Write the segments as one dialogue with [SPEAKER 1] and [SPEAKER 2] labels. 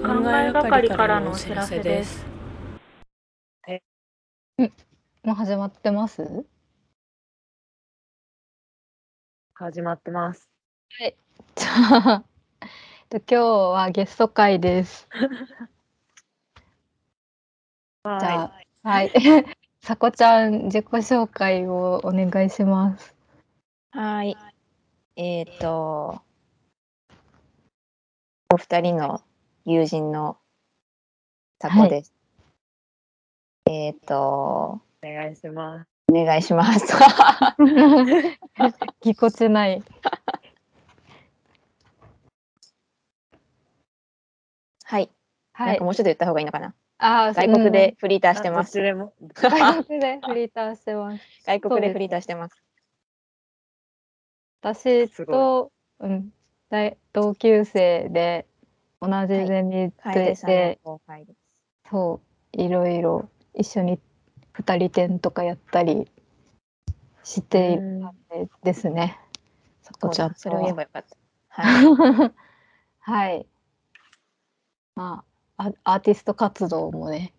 [SPEAKER 1] 考えがかりからのお知らせです。
[SPEAKER 2] もう始まってます
[SPEAKER 3] 始まってます。
[SPEAKER 2] じゃあ、 えっと今日はゲスト会 です。
[SPEAKER 3] は
[SPEAKER 2] じゃあ、はい。 さこちゃん、自己紹介をお願いします。
[SPEAKER 4] はい。えっ、と、お二人の友人のタコです。えっ、と、
[SPEAKER 3] お願いします。
[SPEAKER 4] お願いし ます。
[SPEAKER 2] ぎこちない。
[SPEAKER 4] はい。
[SPEAKER 2] は
[SPEAKER 4] なん
[SPEAKER 2] い
[SPEAKER 4] か。もうちょっと言った方がいいのかな。
[SPEAKER 2] あー
[SPEAKER 4] 外国で、フリーターしてま
[SPEAKER 3] どっ
[SPEAKER 4] す。
[SPEAKER 3] ちでも。
[SPEAKER 2] うん外国でフリーターしてます。
[SPEAKER 4] 外国でフリーターしてます。
[SPEAKER 2] 私
[SPEAKER 3] す
[SPEAKER 2] と、うん、大同級生で同じ
[SPEAKER 4] はい
[SPEAKER 2] ゼミ
[SPEAKER 4] 楓
[SPEAKER 2] で、
[SPEAKER 4] さんの後輩です。
[SPEAKER 2] そういろいろ一緒に二人展とかやったりしている感じですね。さこちゃんと
[SPEAKER 4] それを言えばよかった。 はい。
[SPEAKER 2] は。はい。まあアアーティスト活動もね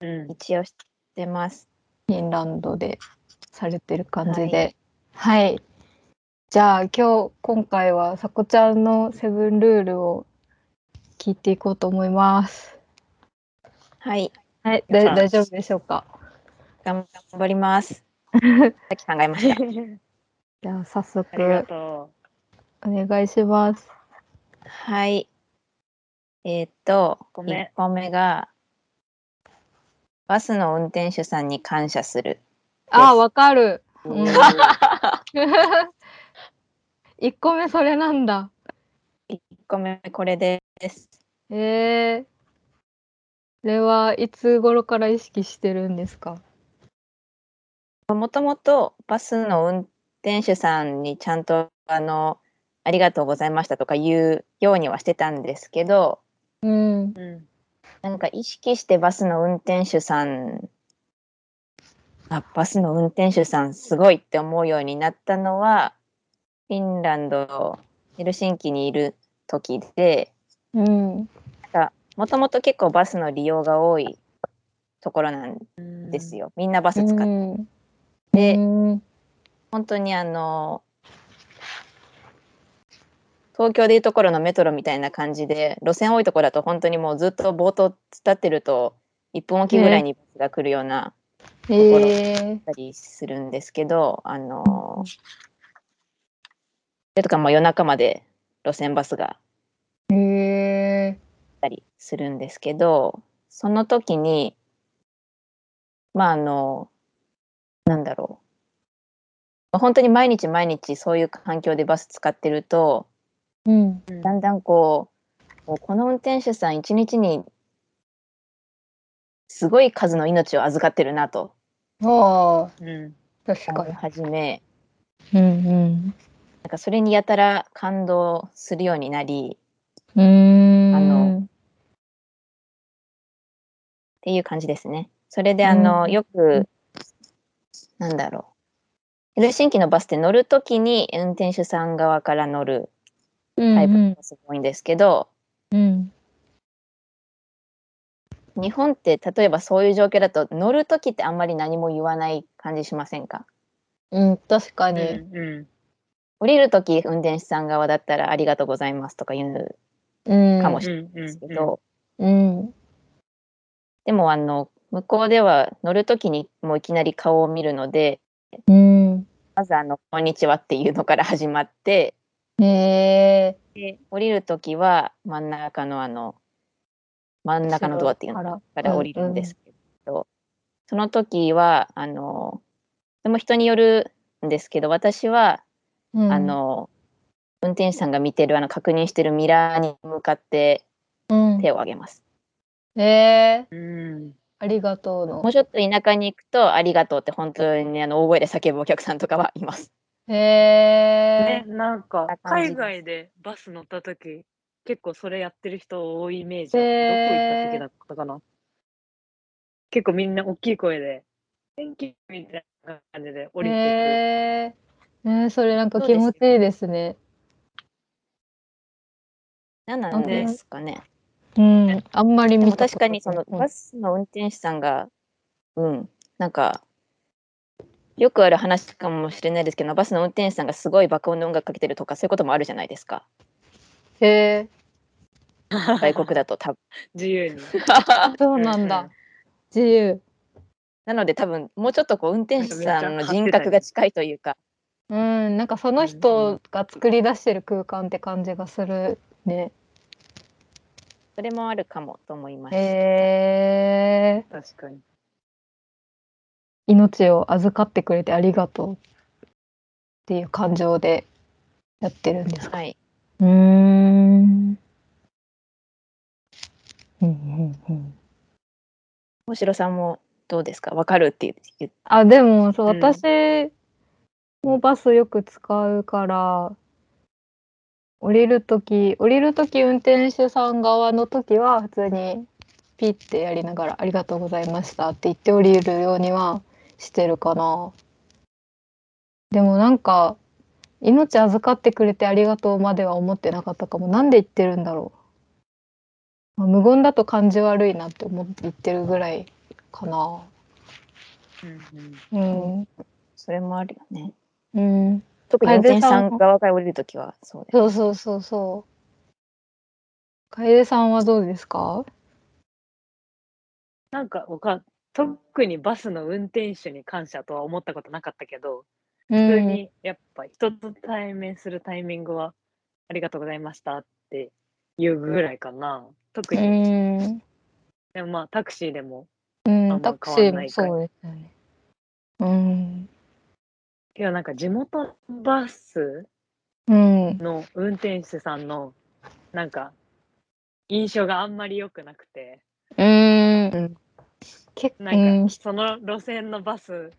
[SPEAKER 3] うん。
[SPEAKER 4] 一応してます。
[SPEAKER 2] フィンランドでされてる感じで。はい。じゃあ今日今回はさこちゃんのセブンルールを聞いていこうと思います。
[SPEAKER 4] はい。
[SPEAKER 2] はい、だ
[SPEAKER 3] やった
[SPEAKER 2] 大丈夫でしょうか。
[SPEAKER 4] 頑張り ます。さっき考えました。
[SPEAKER 2] じゃあ早
[SPEAKER 3] ありが
[SPEAKER 2] 速
[SPEAKER 3] と
[SPEAKER 2] お願いします。
[SPEAKER 4] はい。えーっと、
[SPEAKER 3] ごめん
[SPEAKER 4] 1個目が、バスの運転手さんに感謝する。
[SPEAKER 2] あー、わかる。
[SPEAKER 3] う。
[SPEAKER 2] うん 一個目それなんだ。
[SPEAKER 4] 1個目、これです。
[SPEAKER 2] えー。これはいつ頃から意識してるんですか。
[SPEAKER 4] もともと、バスの運転手さんにちゃんと、あの、ありがとうございましたとか言うようにはしてたんですけど、
[SPEAKER 2] うん。
[SPEAKER 3] うん
[SPEAKER 4] なんか意識してバスの運転手さん、あ、バスの運転手さんすごいって思うようになったのは、フィンランド、ヘルシンキにいる時で、
[SPEAKER 2] うん。
[SPEAKER 4] もともと結構バスの利用が多いところなん
[SPEAKER 3] うん
[SPEAKER 4] ですよ。みんなバス使って、
[SPEAKER 2] て。うん
[SPEAKER 4] 本当にあの、東京でいうところのメトロみたいな感じで、路線多いところだと本当にもうずっと冒頭突っ立ってると、1分おきぐらいにバスが来るような、
[SPEAKER 2] えー。
[SPEAKER 4] ったりするんですけど、あのーそれとかも夜中まで路線バスが
[SPEAKER 2] へえ
[SPEAKER 4] 来たりするんですけど、その時に、まああの、なんだろう。まあ本当に毎日毎日そういう環境でバス使ってると、
[SPEAKER 2] うん
[SPEAKER 4] だんだんこう、もうこの運転手さん一日にすごい数の命を預かってるなと
[SPEAKER 2] ああ
[SPEAKER 3] うん。
[SPEAKER 2] 確
[SPEAKER 4] 思い始め、
[SPEAKER 2] にうん
[SPEAKER 4] なんかそれにやたら感動するようになりっ
[SPEAKER 2] うん
[SPEAKER 4] あのていう感じですね。それであの、
[SPEAKER 2] うん
[SPEAKER 4] よくなんだろうヘルシンキのバスって乗るときに運転手さん側から乗るタイプのバスが多いんですけど、
[SPEAKER 2] うん
[SPEAKER 4] 日本って例えばそういう状況だと乗るときってあんまり何も言わない感じしませんか
[SPEAKER 2] うん確か
[SPEAKER 3] うん
[SPEAKER 2] に
[SPEAKER 3] う
[SPEAKER 4] 降りるとき運転手さん側だったらありがとうございますとか言う
[SPEAKER 2] うん
[SPEAKER 4] かも
[SPEAKER 3] ん。
[SPEAKER 4] しれ
[SPEAKER 3] うん
[SPEAKER 4] ないです
[SPEAKER 3] う
[SPEAKER 4] け
[SPEAKER 3] ん。
[SPEAKER 4] ど、
[SPEAKER 2] うん
[SPEAKER 4] でもあの向こうでは乗るときにもういきなり顔を見るので、
[SPEAKER 2] うん
[SPEAKER 4] まずあの、こんにちはっていうのから始まって、
[SPEAKER 2] へえ
[SPEAKER 4] で降りるときは真ん中のあの、真ん中のドアっていうの
[SPEAKER 2] の
[SPEAKER 4] から降りるんですけど、その時は、あの、でも人によるんですけど、私は、あの、運転手さんが見てる、あの、確認してるミラーに向かって手を挙げます。
[SPEAKER 2] へえ
[SPEAKER 3] うん。
[SPEAKER 2] ありがとうの
[SPEAKER 4] もうちょっと田舎に行くと、ありがとうって本当にあの、大声で叫ぶお客さんとかはいます。
[SPEAKER 2] へ
[SPEAKER 3] ね
[SPEAKER 2] え、
[SPEAKER 3] なんか
[SPEAKER 4] な、感じ
[SPEAKER 3] 海外
[SPEAKER 4] です
[SPEAKER 3] でバス乗った時、結構それやってる人多いイメージ。どこ行
[SPEAKER 2] へ
[SPEAKER 3] っ
[SPEAKER 2] ー
[SPEAKER 3] た時だったかな。結構みんな大きい声で、天気みたいな感じで降りて
[SPEAKER 2] へえねそれなんか気持ちいいですね
[SPEAKER 4] 何なんですかね。
[SPEAKER 2] うん、あんまり
[SPEAKER 4] で
[SPEAKER 2] 見
[SPEAKER 4] も
[SPEAKER 2] たこと
[SPEAKER 4] 確かにその
[SPEAKER 2] うん
[SPEAKER 4] バスの運転手さんが、うん、なんか、よくある話かもしれないですけど、バスの運転手さんがすごい爆音で音楽かけてるとか、そういうこともあるじゃないです か。
[SPEAKER 2] へえ、
[SPEAKER 4] 外国だと多分。
[SPEAKER 3] 自由に。
[SPEAKER 2] そうなんだ。自由。
[SPEAKER 4] なので多分、もうちょっとこう運転手さんの人格が近いというか、
[SPEAKER 2] うん、なんかその人が作り出してる空間って感じがするね。
[SPEAKER 4] それもあるかもと思います。
[SPEAKER 2] へえ、
[SPEAKER 3] 確かに。
[SPEAKER 2] 命を預かってくれてありがとうっていう感情でやってるんですか。
[SPEAKER 4] はい。
[SPEAKER 2] うーん。うんうんうん。
[SPEAKER 4] 大城さんもどうですかわかるって言って。
[SPEAKER 2] あ、でもそう、
[SPEAKER 3] うん
[SPEAKER 2] 私もバスよく使うから、降りるとき、降りるとき運転手さん側のときは普通にピッてやりながらありがとうございましたって言って降りるようにはしてるかな。でもなんか、命預かってくれてありがとうまでは思ってなかったかも。なんで言ってるんだろう。まあ無言だと感じ悪いなって思って言ってるぐらいかな。うん。
[SPEAKER 4] それもあるよね。
[SPEAKER 2] うん。
[SPEAKER 4] 特に運転手さ
[SPEAKER 2] 楓さん
[SPEAKER 4] ん
[SPEAKER 2] も
[SPEAKER 4] 側から降りるときはそうです。
[SPEAKER 2] そうそうそうそう。楓さんはどうですか
[SPEAKER 3] なんかわかん、特にバスの運転手に感謝とは思ったことなかったけど、普通にやっぱ人と対面するタイミングは、ありがとうございましたって言うぐらいかな。特
[SPEAKER 2] う
[SPEAKER 3] に、
[SPEAKER 2] ん。うん
[SPEAKER 3] でもまあタクシーでも、
[SPEAKER 2] うん
[SPEAKER 3] あんま変わんない
[SPEAKER 2] タクシーもそうですよね。うん。
[SPEAKER 3] けどなんか地元バス
[SPEAKER 2] うん。
[SPEAKER 3] の運転手さんの、なんか、印象があんまり良くなくて、
[SPEAKER 2] うん。結構、
[SPEAKER 3] な
[SPEAKER 2] うんん
[SPEAKER 3] か、その路線のバス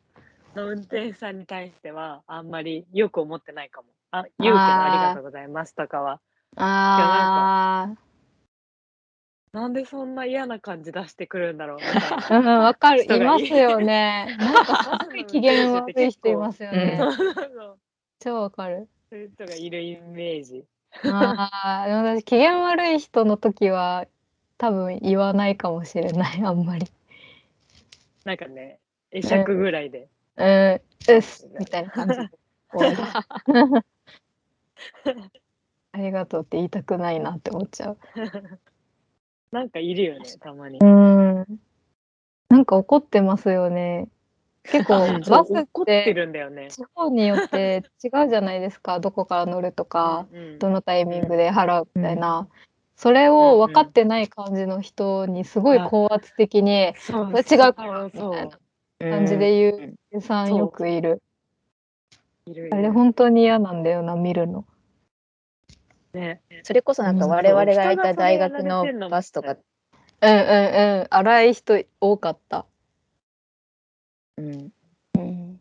[SPEAKER 3] の運転手さんに対しては、あんまりよく思ってないかも。あ、勇気のありがとうございますとかは、
[SPEAKER 2] あ
[SPEAKER 3] なんでそんな嫌な感じ出してくるんだろうみたい
[SPEAKER 2] あ、う
[SPEAKER 3] な。
[SPEAKER 2] ん、わかる。
[SPEAKER 3] 人
[SPEAKER 2] い
[SPEAKER 3] が
[SPEAKER 2] ま
[SPEAKER 3] いい
[SPEAKER 2] すよね。なんか、すごい機嫌悪い人いますよね。
[SPEAKER 4] う
[SPEAKER 3] そうそうそう
[SPEAKER 2] 超わかる。
[SPEAKER 3] そういう人がいるイメージ。
[SPEAKER 2] ああ、でも私、機嫌悪い人の時は、多分言わないかもしれない、あんまり。
[SPEAKER 3] なんかね、会釈ぐらいで。
[SPEAKER 2] うん、うっす、みたいな感じで終わる。ありがとうって言いたくないなって思っちゃう。
[SPEAKER 3] なんかいるよね、たまに。
[SPEAKER 2] うん。なんか怒ってますよね。結構
[SPEAKER 3] うん、そう
[SPEAKER 2] バスっ
[SPEAKER 3] 怒って
[SPEAKER 2] て
[SPEAKER 3] るんだよね。
[SPEAKER 2] 地方によって違うじゃないですか。どこから乗るとか、
[SPEAKER 3] うんうん
[SPEAKER 2] どのタイミングで払うみたいな。それを分かってない感じの人にすごい高圧的に
[SPEAKER 3] そう
[SPEAKER 2] これ違う
[SPEAKER 3] そう
[SPEAKER 2] みたい
[SPEAKER 3] そ
[SPEAKER 2] な感じで言うおじさんよくいる。
[SPEAKER 3] う。いるいる
[SPEAKER 2] あれ本当に嫌なんだよな、見るの。
[SPEAKER 3] ね。
[SPEAKER 4] それこそなんか我々がいた大学のバスとか、
[SPEAKER 2] うんうんうん。荒い人多かった。
[SPEAKER 4] うん、
[SPEAKER 2] うん。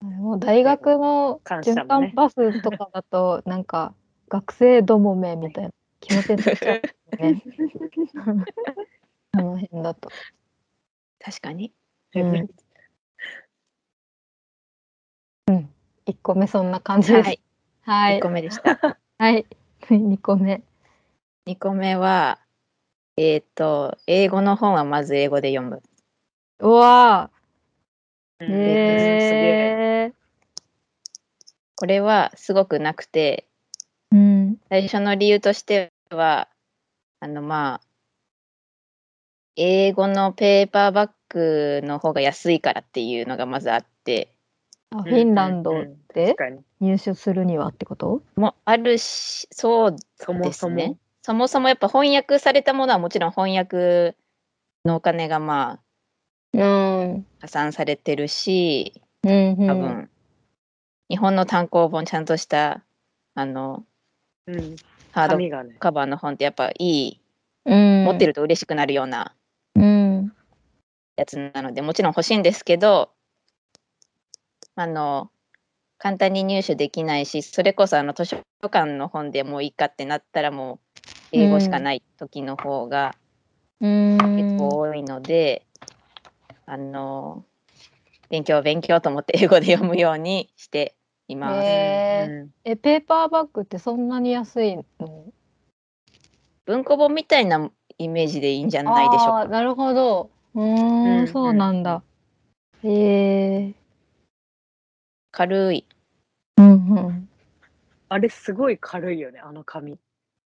[SPEAKER 2] もう大学の
[SPEAKER 3] 感謝
[SPEAKER 2] 循
[SPEAKER 3] もね
[SPEAKER 2] 環バスとかだと、なんか学生どもめみたいな気持ちになっちゃうよね。あの辺だと。
[SPEAKER 4] 確かに。
[SPEAKER 2] うん1個目そんな感じです。は
[SPEAKER 4] 1
[SPEAKER 2] い
[SPEAKER 4] 個。目で した。
[SPEAKER 2] はい。2個目。
[SPEAKER 4] 2個目は、えっ、と、英語の本はまず英語で読む。
[SPEAKER 2] うわ
[SPEAKER 3] う
[SPEAKER 2] ー。
[SPEAKER 3] んすげえ
[SPEAKER 2] へー。
[SPEAKER 4] これはすごくなくて、
[SPEAKER 2] うん。
[SPEAKER 4] 最初の理由としては、あの、まあ、英語のペーパーバッグの方が安いからっていうのがまずあって、
[SPEAKER 2] あ、フィンラン
[SPEAKER 3] うんう
[SPEAKER 2] ド
[SPEAKER 3] んうん
[SPEAKER 2] で
[SPEAKER 3] 確かに。
[SPEAKER 2] 入手するにはってこと
[SPEAKER 4] もあるし、そう
[SPEAKER 3] そ
[SPEAKER 4] で
[SPEAKER 3] も
[SPEAKER 4] す
[SPEAKER 3] そ
[SPEAKER 4] ね。そ
[SPEAKER 3] も
[SPEAKER 4] も。そもやっぱ翻訳されたものはもちろん翻訳のお金がまあ
[SPEAKER 2] うん。
[SPEAKER 4] 加算されてるし、
[SPEAKER 2] うんうん、
[SPEAKER 4] 多分、日本の単行本ちゃんとしたあの
[SPEAKER 3] うん。
[SPEAKER 4] ハー
[SPEAKER 3] 髪
[SPEAKER 4] ド
[SPEAKER 3] がね。
[SPEAKER 4] カバーの本ってやっぱいい、
[SPEAKER 2] うん、
[SPEAKER 4] 持って
[SPEAKER 2] る。
[SPEAKER 4] ると嬉しくなるような
[SPEAKER 2] うん。
[SPEAKER 4] やつなのでもちろん欲しいんですけどあの簡単に入手できないしそれこそあの図書館の本でもういいかってなったらもう英語しかない時の方が
[SPEAKER 2] うん。
[SPEAKER 4] 結構多いので、あの勉強勉強と思って英語で読むようにしています。
[SPEAKER 2] え
[SPEAKER 3] うん
[SPEAKER 2] え、ペーパーバッグってそんなに安いの
[SPEAKER 4] 文庫本みたいなイメージでいいんじゃないでしょう
[SPEAKER 2] あ
[SPEAKER 4] か。
[SPEAKER 2] ーなるほど。うー、
[SPEAKER 3] うんん
[SPEAKER 2] そうなんだ。ええ
[SPEAKER 4] 軽い。
[SPEAKER 2] うん うん。
[SPEAKER 3] あれすごい軽いよね、あの紙。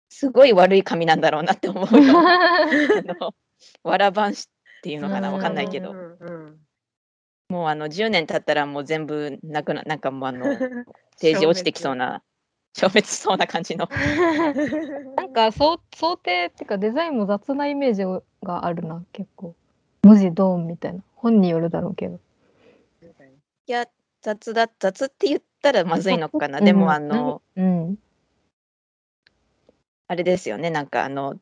[SPEAKER 4] すごい悪い紙なんだろうなって思う よ。あのわらばんしっていうのかなわかんないけ
[SPEAKER 3] う
[SPEAKER 4] ど、
[SPEAKER 3] んうん
[SPEAKER 4] もうあの10年経ったらもう全部なくな、なんかもうあ
[SPEAKER 3] う
[SPEAKER 4] の
[SPEAKER 3] ん
[SPEAKER 4] ページ落ちてきそうな、消滅しそうな感じの。
[SPEAKER 2] なんか想想定っていうかデザインも雑なイメージがあるな結構文字ドーンみたいな本によるだろうけど
[SPEAKER 4] いや、雑だ、雑って言ったらまずいのかな。
[SPEAKER 2] うん
[SPEAKER 4] でもあの、
[SPEAKER 2] うん
[SPEAKER 4] あれですよね、なんかあの、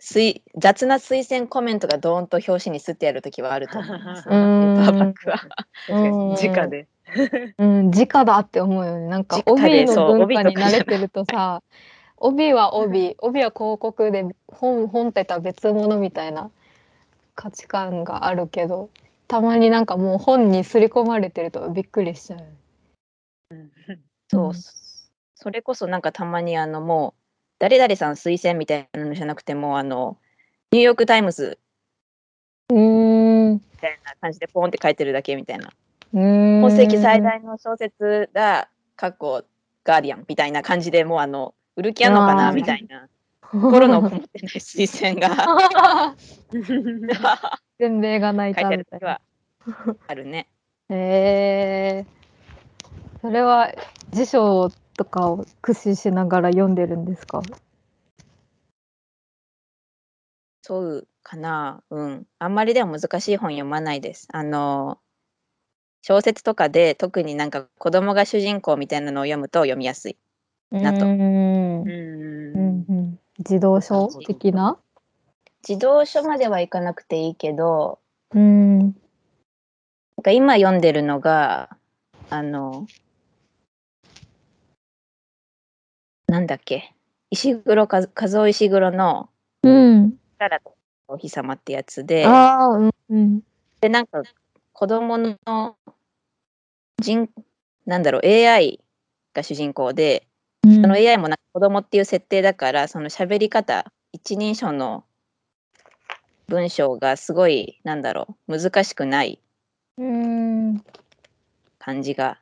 [SPEAKER 4] 推雑な推薦コメントがドーンと表紙にすってやるときはあると思います。
[SPEAKER 3] う
[SPEAKER 4] ペーパーバッ
[SPEAKER 2] ん
[SPEAKER 4] グは。
[SPEAKER 2] うん
[SPEAKER 3] 確かに直で。
[SPEAKER 2] うん直だって思うよねなんか
[SPEAKER 4] 直で
[SPEAKER 2] 帯の
[SPEAKER 4] そう
[SPEAKER 2] 文
[SPEAKER 4] 帯
[SPEAKER 2] 化
[SPEAKER 4] とか
[SPEAKER 2] に
[SPEAKER 4] じ
[SPEAKER 2] 慣
[SPEAKER 4] ゃない
[SPEAKER 2] れてると さ帯は帯帯は広告で本本体とは別物みたいな価値観があるけどたまになんかもう本に刷り込まれてるとびっくりしちゃうよね
[SPEAKER 4] そう、
[SPEAKER 2] うん
[SPEAKER 4] それこそなんかたまにあのもう誰々さん推薦みたいなのじゃなくてもうあのニューヨーク・タイムズ
[SPEAKER 2] うーんう
[SPEAKER 4] みたいな感じでポンって書いてるだけみたいな
[SPEAKER 2] ーん
[SPEAKER 4] 今世紀最大の小説だ過去ガーディアンみたいな感じでもうあの売る気あんのか
[SPEAKER 2] あ
[SPEAKER 4] な
[SPEAKER 2] ー
[SPEAKER 4] みたいな心のこもってない推薦が
[SPEAKER 2] 全米が泣い
[SPEAKER 4] 書
[SPEAKER 2] たみ
[SPEAKER 4] いてある
[SPEAKER 2] たい
[SPEAKER 4] 時
[SPEAKER 2] な
[SPEAKER 4] は。あるね。
[SPEAKER 2] へえそれは辞書とかを駆使しながら読んでるんですか
[SPEAKER 4] そうかなうんあんまりでも難しい本読まないですあの小説とかで特になんか子供が主人公みたいなのを読むと読みやすいなと
[SPEAKER 2] うん
[SPEAKER 3] う
[SPEAKER 2] うんんうん自動書的な
[SPEAKER 4] 児童書まではいかなくていいけど
[SPEAKER 2] うん
[SPEAKER 4] なんか今読んでるのがあのなんだっけ石黒か和夫石黒の
[SPEAKER 2] うん
[SPEAKER 4] 「ララとお日様」ってやつで
[SPEAKER 2] ああうんうん
[SPEAKER 4] でなんか子供の人なんだろう AI が主人公でその AI もなんか子供っていう設定だからその喋り方一人称の文章がすごいなんだろう難しくない
[SPEAKER 2] うん
[SPEAKER 4] 感じが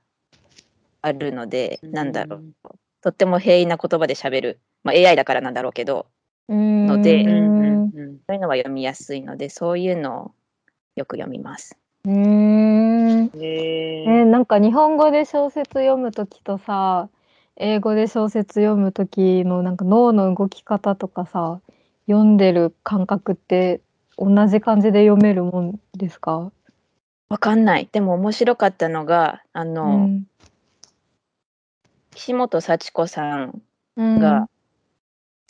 [SPEAKER 4] あるので、なんだろ
[SPEAKER 3] う
[SPEAKER 4] うとっても平易な言葉で喋る、まあ、AI だからなんだろうけど
[SPEAKER 2] うん
[SPEAKER 4] ので
[SPEAKER 3] う
[SPEAKER 2] うん
[SPEAKER 3] うんんうん
[SPEAKER 4] そういうのは読みやすいのでそういうのをよく読みます。
[SPEAKER 2] うん
[SPEAKER 3] え
[SPEAKER 2] えーなんか日本語で小説読むときとさ英語で小説読むときのなんか脳の動き方とかさ読んでる感覚って同じ感じで読めるもんですか
[SPEAKER 4] わかんないでも面白かったのがあ
[SPEAKER 2] う
[SPEAKER 4] の、
[SPEAKER 2] ん
[SPEAKER 4] 岸本幸子さん
[SPEAKER 2] うん
[SPEAKER 4] が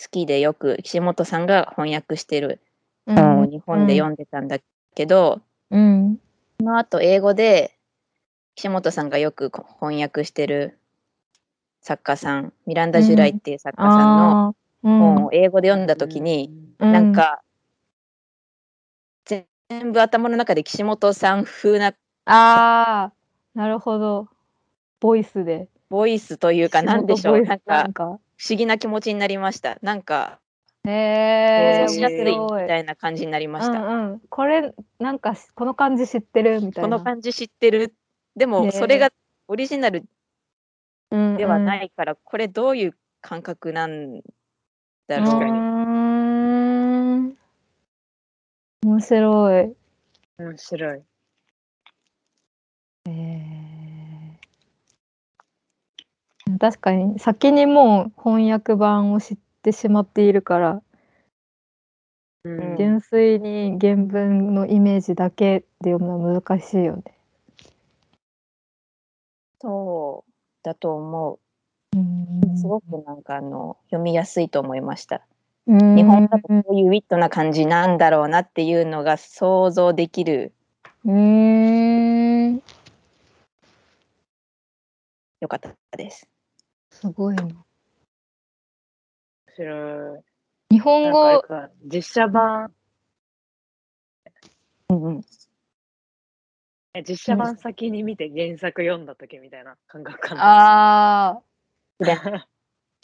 [SPEAKER 4] 好きでよく岸本さんが翻訳してる
[SPEAKER 2] うん
[SPEAKER 4] 本を日本で読んでたんだけど、
[SPEAKER 2] うん
[SPEAKER 4] その後英語で岸本さんがよく翻訳してる作家さんミランダ・ジュライっていう作家さんの
[SPEAKER 2] あーうん
[SPEAKER 4] 本を英語で読んだ時に、、
[SPEAKER 2] う
[SPEAKER 4] なんか全部頭の中で岸本さん風な
[SPEAKER 2] あーなるほどボイスで
[SPEAKER 4] ボイスというかなんでしょ
[SPEAKER 2] ボ
[SPEAKER 4] う
[SPEAKER 2] イス
[SPEAKER 4] なん
[SPEAKER 2] な
[SPEAKER 4] か
[SPEAKER 2] んか
[SPEAKER 4] 不思議な気持ちになりましたなんか
[SPEAKER 2] へえ
[SPEAKER 4] 想像しやすいみ
[SPEAKER 2] 面白
[SPEAKER 4] たいな感じになりました、
[SPEAKER 2] うんうんこれなんかこの感じ知ってるみたい
[SPEAKER 4] こ
[SPEAKER 2] な
[SPEAKER 4] の感じ知ってる
[SPEAKER 2] ね
[SPEAKER 4] でも
[SPEAKER 2] え
[SPEAKER 4] それがオリジナルでは
[SPEAKER 2] うんうん
[SPEAKER 4] ないから、これどういう感覚なんだろう
[SPEAKER 3] 確かに
[SPEAKER 2] うーん面白い。
[SPEAKER 3] 面白い。
[SPEAKER 2] 確かに先にもう翻訳版を知ってしまっているから、
[SPEAKER 3] うん
[SPEAKER 2] 純粋に原文のイメージだけで読むのは難しいよね。
[SPEAKER 4] そうだと思
[SPEAKER 2] うん
[SPEAKER 4] うすごくなんかあの読みやすいと思いました
[SPEAKER 2] うん
[SPEAKER 4] 日本だとこういうウィットな感じなんだろうなっていうのが想像できる
[SPEAKER 2] うん
[SPEAKER 4] よかったです。
[SPEAKER 2] すごいな。
[SPEAKER 3] 面白い。
[SPEAKER 2] 日本
[SPEAKER 3] なんかあれ
[SPEAKER 2] 語
[SPEAKER 3] か実写版、
[SPEAKER 4] うんうん、
[SPEAKER 3] え実写版先に見て原作読んだ時みたいな感覚かな。
[SPEAKER 2] ああ、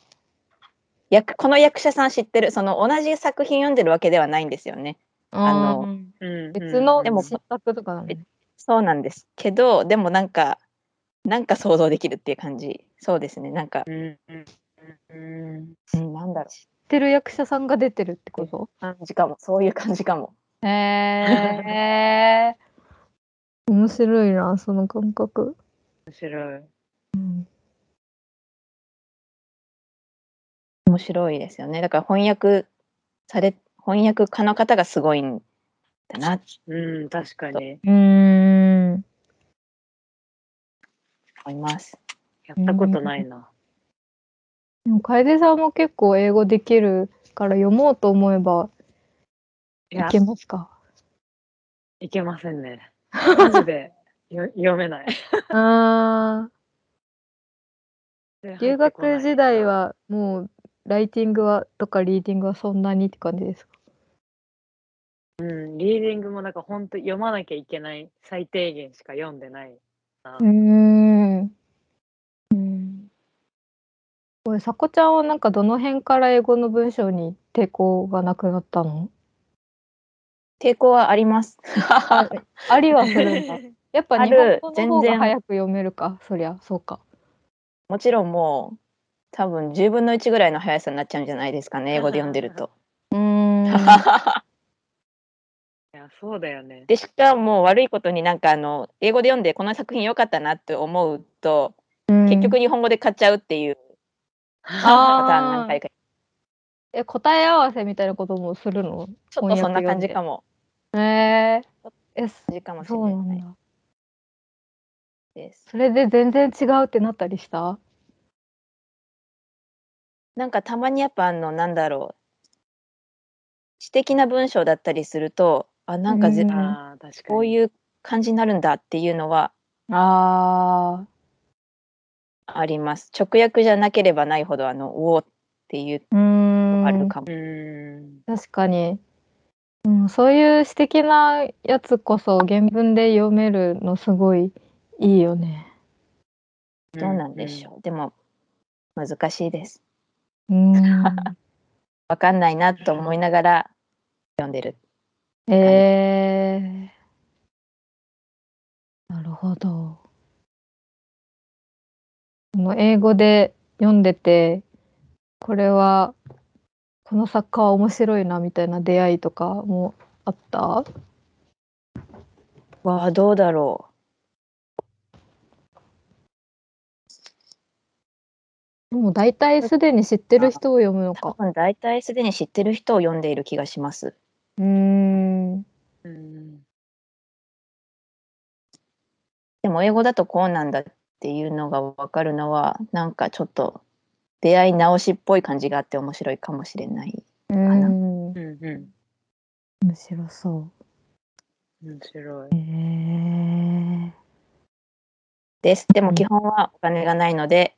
[SPEAKER 4] 役この役者さん知ってるその同じ作品読んでるわけではないんですよね。あの
[SPEAKER 2] うん
[SPEAKER 3] うん
[SPEAKER 2] 別の
[SPEAKER 4] でも
[SPEAKER 2] 新作とかなのね
[SPEAKER 4] そうなんですけどでもなんかなんか想像できるっていう感じそうですねなんか、
[SPEAKER 3] うんうんうん
[SPEAKER 4] うん、なんだろ
[SPEAKER 2] 知ってる役者さんが出てるってこと
[SPEAKER 4] う感じかもそういう感じかも。
[SPEAKER 2] へえー、面白いなその感覚。
[SPEAKER 3] 面白い。
[SPEAKER 2] うん
[SPEAKER 4] 面白いですよねだから翻訳され翻訳家の方がすごいんだなと
[SPEAKER 3] うん、確かに。
[SPEAKER 2] うーん
[SPEAKER 4] 思います。
[SPEAKER 3] やったことないな。
[SPEAKER 2] でも楓さんも結構英語できるから読もうと思えば
[SPEAKER 3] い
[SPEAKER 2] い
[SPEAKER 3] や、
[SPEAKER 2] けますか
[SPEAKER 3] いけませんね。マジで よ読めない。
[SPEAKER 2] あー留学時代
[SPEAKER 3] は
[SPEAKER 2] はもうライティングはとかリーディングはそんなにって感じですか
[SPEAKER 3] うん、リーディングもなんか本当読まなきゃいけない最低限しか読んでない。
[SPEAKER 2] うーんうんこれさこちゃんはなんかどの辺から英語の文章に抵抗がなくなったの
[SPEAKER 4] 抵抗はあり ます。
[SPEAKER 2] あありはする んだやっぱ
[SPEAKER 4] あ
[SPEAKER 2] 日
[SPEAKER 4] る
[SPEAKER 2] 本語の方が
[SPEAKER 4] 全然
[SPEAKER 2] 早く読めるかそりゃそうか
[SPEAKER 4] もちろんもう多分10分の1ぐらいの速さになっちゃうんじゃないですか ね英語で読んでると。
[SPEAKER 2] うーん
[SPEAKER 3] いや、そうだよね。
[SPEAKER 4] でしかも悪いことになんかあの英語で読んでこの作品良かったなって思うと、結局日本語で買っちゃうっていうパタ
[SPEAKER 2] あ
[SPEAKER 4] ーン何回か
[SPEAKER 2] え答え合わせみたいなこともするの
[SPEAKER 4] ちょっとそんな感じか
[SPEAKER 2] も。
[SPEAKER 4] も
[SPEAKER 2] へええそ
[SPEAKER 4] 感じかもしれ
[SPEAKER 2] そうなん
[SPEAKER 4] ない
[SPEAKER 2] だ。
[SPEAKER 4] です。
[SPEAKER 2] それで全然違うってなったりした
[SPEAKER 4] なんかたまにやっぱあのなんだろう詩的な文章だったりするとあなんかぜ、
[SPEAKER 2] うん
[SPEAKER 3] ああ、確かに。
[SPEAKER 4] こういう感じになるんだっていうのは
[SPEAKER 2] あ
[SPEAKER 4] あります。直訳じゃなければないほどあのおおっていう
[SPEAKER 2] ーうーん
[SPEAKER 4] あるかも。
[SPEAKER 3] うん。
[SPEAKER 2] 確かに、うん、そういう詩的なやつこそ原文で読めるのすごいいいよね。
[SPEAKER 4] どうなんでしょう。でも難しいです。
[SPEAKER 2] うー ん
[SPEAKER 4] わかんないなと思いながら読んでる。
[SPEAKER 2] えー、なるほど。この英語で読んでてこれはこの作家は面白いなみたいな出会いとかもあった
[SPEAKER 4] わあどうだろ
[SPEAKER 2] でも大体すでに知ってる人を読むの
[SPEAKER 4] う。多
[SPEAKER 2] か。
[SPEAKER 4] 分大体すでに知ってる人を読んでいる気がします。
[SPEAKER 2] うーん
[SPEAKER 3] うん。
[SPEAKER 4] でも英語だとこうなんだっていうのが分かるのはなんかちょっと出会い直しっぽい感じがあって面白いかもしれない。
[SPEAKER 2] う
[SPEAKER 4] な
[SPEAKER 2] ー
[SPEAKER 3] う
[SPEAKER 2] ん
[SPEAKER 3] ん。う
[SPEAKER 2] 面白そ。
[SPEAKER 3] ん。面白いう
[SPEAKER 2] へ。え
[SPEAKER 4] です。で
[SPEAKER 2] う
[SPEAKER 4] も
[SPEAKER 2] ん
[SPEAKER 4] 基本はお金がないので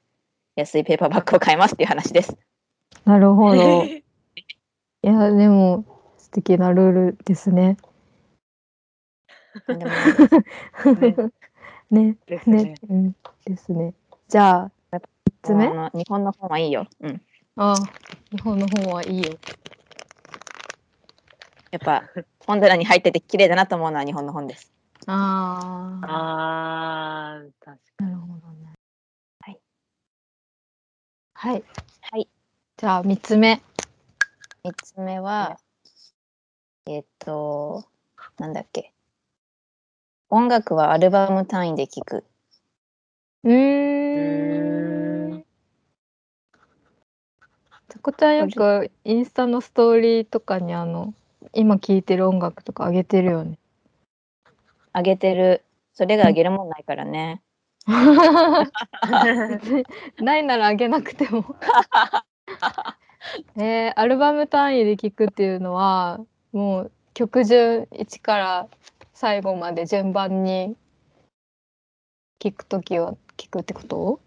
[SPEAKER 4] 安いペーパーバッグを買いますっていう話です。
[SPEAKER 2] なるほど。いやでも素敵なルールですね。
[SPEAKER 4] なんでもないです
[SPEAKER 3] ね
[SPEAKER 2] ね。
[SPEAKER 3] です
[SPEAKER 2] ね
[SPEAKER 3] ね。
[SPEAKER 2] うん、ですね。じゃあ、3つ
[SPEAKER 4] あ
[SPEAKER 2] 目
[SPEAKER 4] の日本の本はいいよ。うん。
[SPEAKER 2] ああ日本の方はいいよ。
[SPEAKER 4] や っぱ本棚に入ってて綺麗だなと思うのは日本の本です。
[SPEAKER 2] ああ。
[SPEAKER 3] ああ、確か
[SPEAKER 2] なるほどね。
[SPEAKER 4] はい。
[SPEAKER 2] はい。
[SPEAKER 4] はい。
[SPEAKER 2] じゃあ、3つ目。
[SPEAKER 4] 3つ目はえっとなんだっけ音楽はアルバム単位で聴く。
[SPEAKER 2] う
[SPEAKER 3] に。
[SPEAKER 2] ーん。ちゃこちゃんよくインスタのストーリーとかにあの、今聴いてる音楽とかあげてるよね。
[SPEAKER 4] あげてるそれがあげるもんないからね。
[SPEAKER 2] ないならあげなくて も。えーアルバム単位で聴くっていうのはもう曲順1から最後まで順番に聴くときは聴くってこと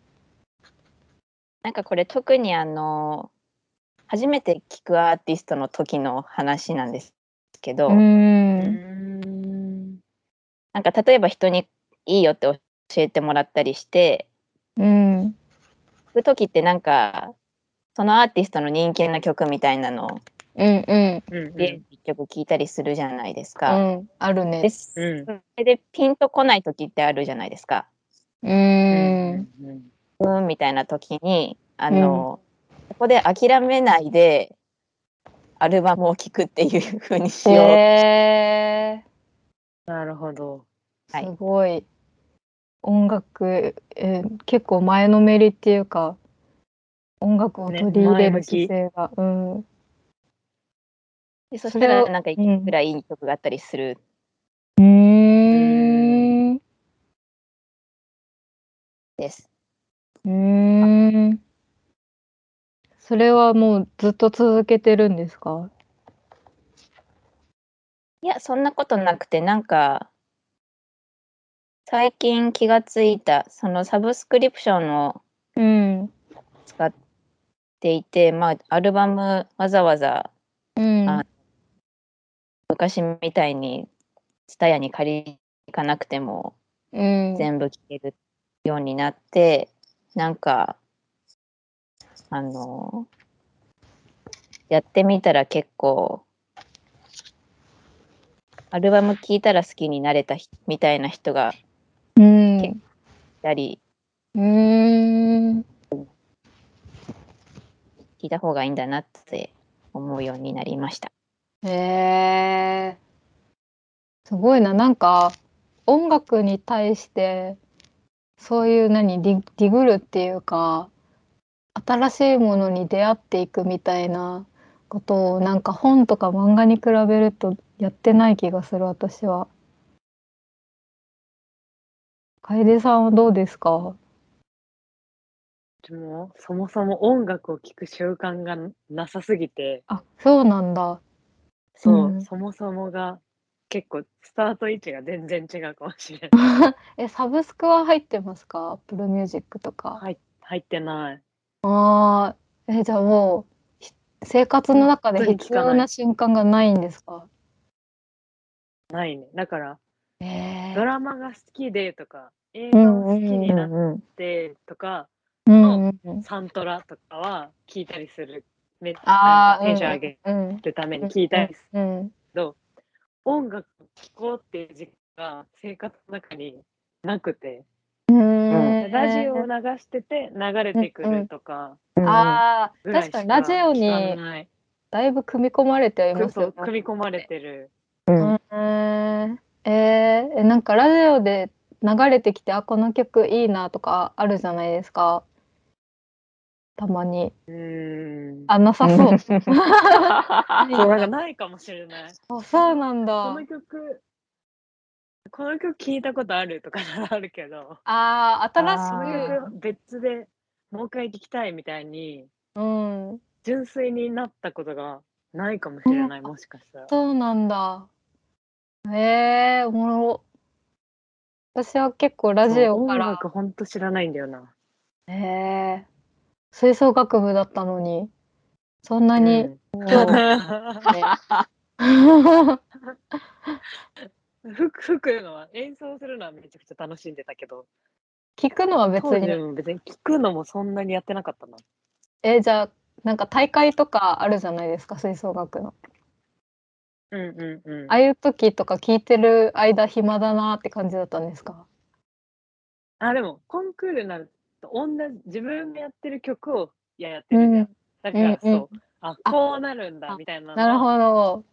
[SPEAKER 4] なんかこれ特にあの初めて聞くアーティストの時の話なんですけど、
[SPEAKER 2] うー
[SPEAKER 3] うんん。
[SPEAKER 4] なんか例えば人にいいよって教えてもらったりして
[SPEAKER 2] うん。
[SPEAKER 4] 行く時ってなんかそのアーティストの人気な曲みたいなのを
[SPEAKER 2] うんうん。
[SPEAKER 3] うんうん
[SPEAKER 4] で一曲聴いたりするじゃないです
[SPEAKER 2] う
[SPEAKER 4] か。
[SPEAKER 2] ん。ある
[SPEAKER 4] で
[SPEAKER 2] ね。
[SPEAKER 4] そ
[SPEAKER 3] うん
[SPEAKER 4] れでピンとこない時ってあるじゃないですか。
[SPEAKER 2] う。
[SPEAKER 3] うん
[SPEAKER 2] うん
[SPEAKER 3] うん
[SPEAKER 4] うんみたいな時にあの、ここで諦めないでアルバムを聴くっていう風にしよう。
[SPEAKER 2] へ
[SPEAKER 3] なるほど。
[SPEAKER 4] は
[SPEAKER 2] ー、
[SPEAKER 4] い
[SPEAKER 2] すごい。音楽、えー結構前のめりっていうか、音楽を
[SPEAKER 3] ね
[SPEAKER 2] 取り入
[SPEAKER 3] 前
[SPEAKER 2] れる
[SPEAKER 3] 向き
[SPEAKER 2] 姿勢が、うん。
[SPEAKER 4] でそしたら
[SPEAKER 2] それを
[SPEAKER 4] なんかい
[SPEAKER 2] うん
[SPEAKER 4] くらいい曲があったりする。
[SPEAKER 2] うーん。う
[SPEAKER 4] です。
[SPEAKER 2] ーん。それはもうずっと続けてるんですか
[SPEAKER 4] いやそんなことなくてなんか最近気がついたそのサブスクリプションを
[SPEAKER 2] うん。
[SPEAKER 4] 使っていてまあアルバムわざわざ
[SPEAKER 2] うん。
[SPEAKER 4] あ昔みたいに TSUTAYA に借りに行かなくても
[SPEAKER 2] うん。
[SPEAKER 4] 全部聴けるようになって、なんかあのやってみたら結構アルバム聴いたら好きになれたひみたいな人が
[SPEAKER 2] うん。う
[SPEAKER 4] いたり
[SPEAKER 2] ーん。
[SPEAKER 4] 聴いた方がいいんだなって思うようになりました。
[SPEAKER 2] へえ。すごいな、なんか音楽に対してそういう何ディディグルっていうか新しいものに出会っていくみたいなことをなんか本とか漫画に比べるとやってない気がする私は。楓さんはどうですか
[SPEAKER 3] でもそもそも音楽を聴く習慣がなさすぎて、
[SPEAKER 2] あ、そうなんだ。
[SPEAKER 3] そう、
[SPEAKER 2] うん
[SPEAKER 3] そもそもが結構スタート位置が全然違うかもしれない。
[SPEAKER 2] え、サブスクは入ってますか ?Apple Music とか。
[SPEAKER 3] 入入ってない。
[SPEAKER 2] ああ、え、じゃあもう、ひ生活の中で
[SPEAKER 3] 本当に聞
[SPEAKER 2] 必
[SPEAKER 3] かない
[SPEAKER 2] 要な瞬間がないんですか
[SPEAKER 3] ないね。だから、
[SPEAKER 2] ええ
[SPEAKER 3] ドラマが好きでとか、映画を好きになっ
[SPEAKER 4] んうん、
[SPEAKER 3] てとか、
[SPEAKER 2] うんうんうん。
[SPEAKER 3] サントラとかは聞いたりする。めなん
[SPEAKER 2] あ
[SPEAKER 3] か
[SPEAKER 2] あ、
[SPEAKER 3] テンション上げ
[SPEAKER 2] うんうん
[SPEAKER 3] るために聞いたりする
[SPEAKER 2] うんうん。
[SPEAKER 3] けど、音楽を聴こうっていう時間が生活の中になくて、
[SPEAKER 2] うんうん
[SPEAKER 3] ラジオを流してて流れてくるとか
[SPEAKER 2] ああ、
[SPEAKER 3] ぐらい
[SPEAKER 2] 確
[SPEAKER 3] し
[SPEAKER 2] か
[SPEAKER 3] か
[SPEAKER 2] にラジオに
[SPEAKER 3] 聞かない
[SPEAKER 2] だいぶ組み込まれてはいます
[SPEAKER 3] そ
[SPEAKER 2] よ
[SPEAKER 3] う組み込まれてる。
[SPEAKER 4] うん
[SPEAKER 2] ね。うんえーえ、なんかラジオで流れてきて、あ、この曲いいなとかあるじゃないですか。たまに。
[SPEAKER 3] うーん。
[SPEAKER 2] あ、な さそう。
[SPEAKER 3] そうなんかないかもしれない。
[SPEAKER 2] あ、そうなん
[SPEAKER 3] こ
[SPEAKER 2] だ。
[SPEAKER 3] の曲、この曲聞いたことあるとかならあるけど、
[SPEAKER 2] ああ、
[SPEAKER 3] この
[SPEAKER 2] 新し
[SPEAKER 3] 曲別でもう一回聞きたいみたいに、
[SPEAKER 2] く。うん。
[SPEAKER 3] 純粋になったことがないかもしれない、もしかしたら。
[SPEAKER 2] そうなんだ。ええおもろ。私は結構ラジオか
[SPEAKER 3] 音
[SPEAKER 2] ら。
[SPEAKER 3] 楽ほんと知らないんだよな。
[SPEAKER 2] ええ吹奏楽部だったのに、そんなに興味 ね。
[SPEAKER 3] うん、吹く吹くのは、演奏するのはめちゃくちゃ楽しんでたけど、
[SPEAKER 2] 聞くのは別
[SPEAKER 3] 当時
[SPEAKER 2] に。
[SPEAKER 3] も別に聞くのもそんなにやってなかったな。
[SPEAKER 2] え、じゃあ、なんか大会とかあるじゃないですか、吹奏楽の。
[SPEAKER 3] うんうんうん。
[SPEAKER 2] ああいう時とか聞いてる間暇だなって感じだったんですか
[SPEAKER 3] あ、でも、コンクールになると、同じ、自分がやってる曲を、いや、やってるじゃん。だから、
[SPEAKER 2] うんうん
[SPEAKER 3] そう、あ、こうなるんだ、みたいなのは
[SPEAKER 2] なるほど。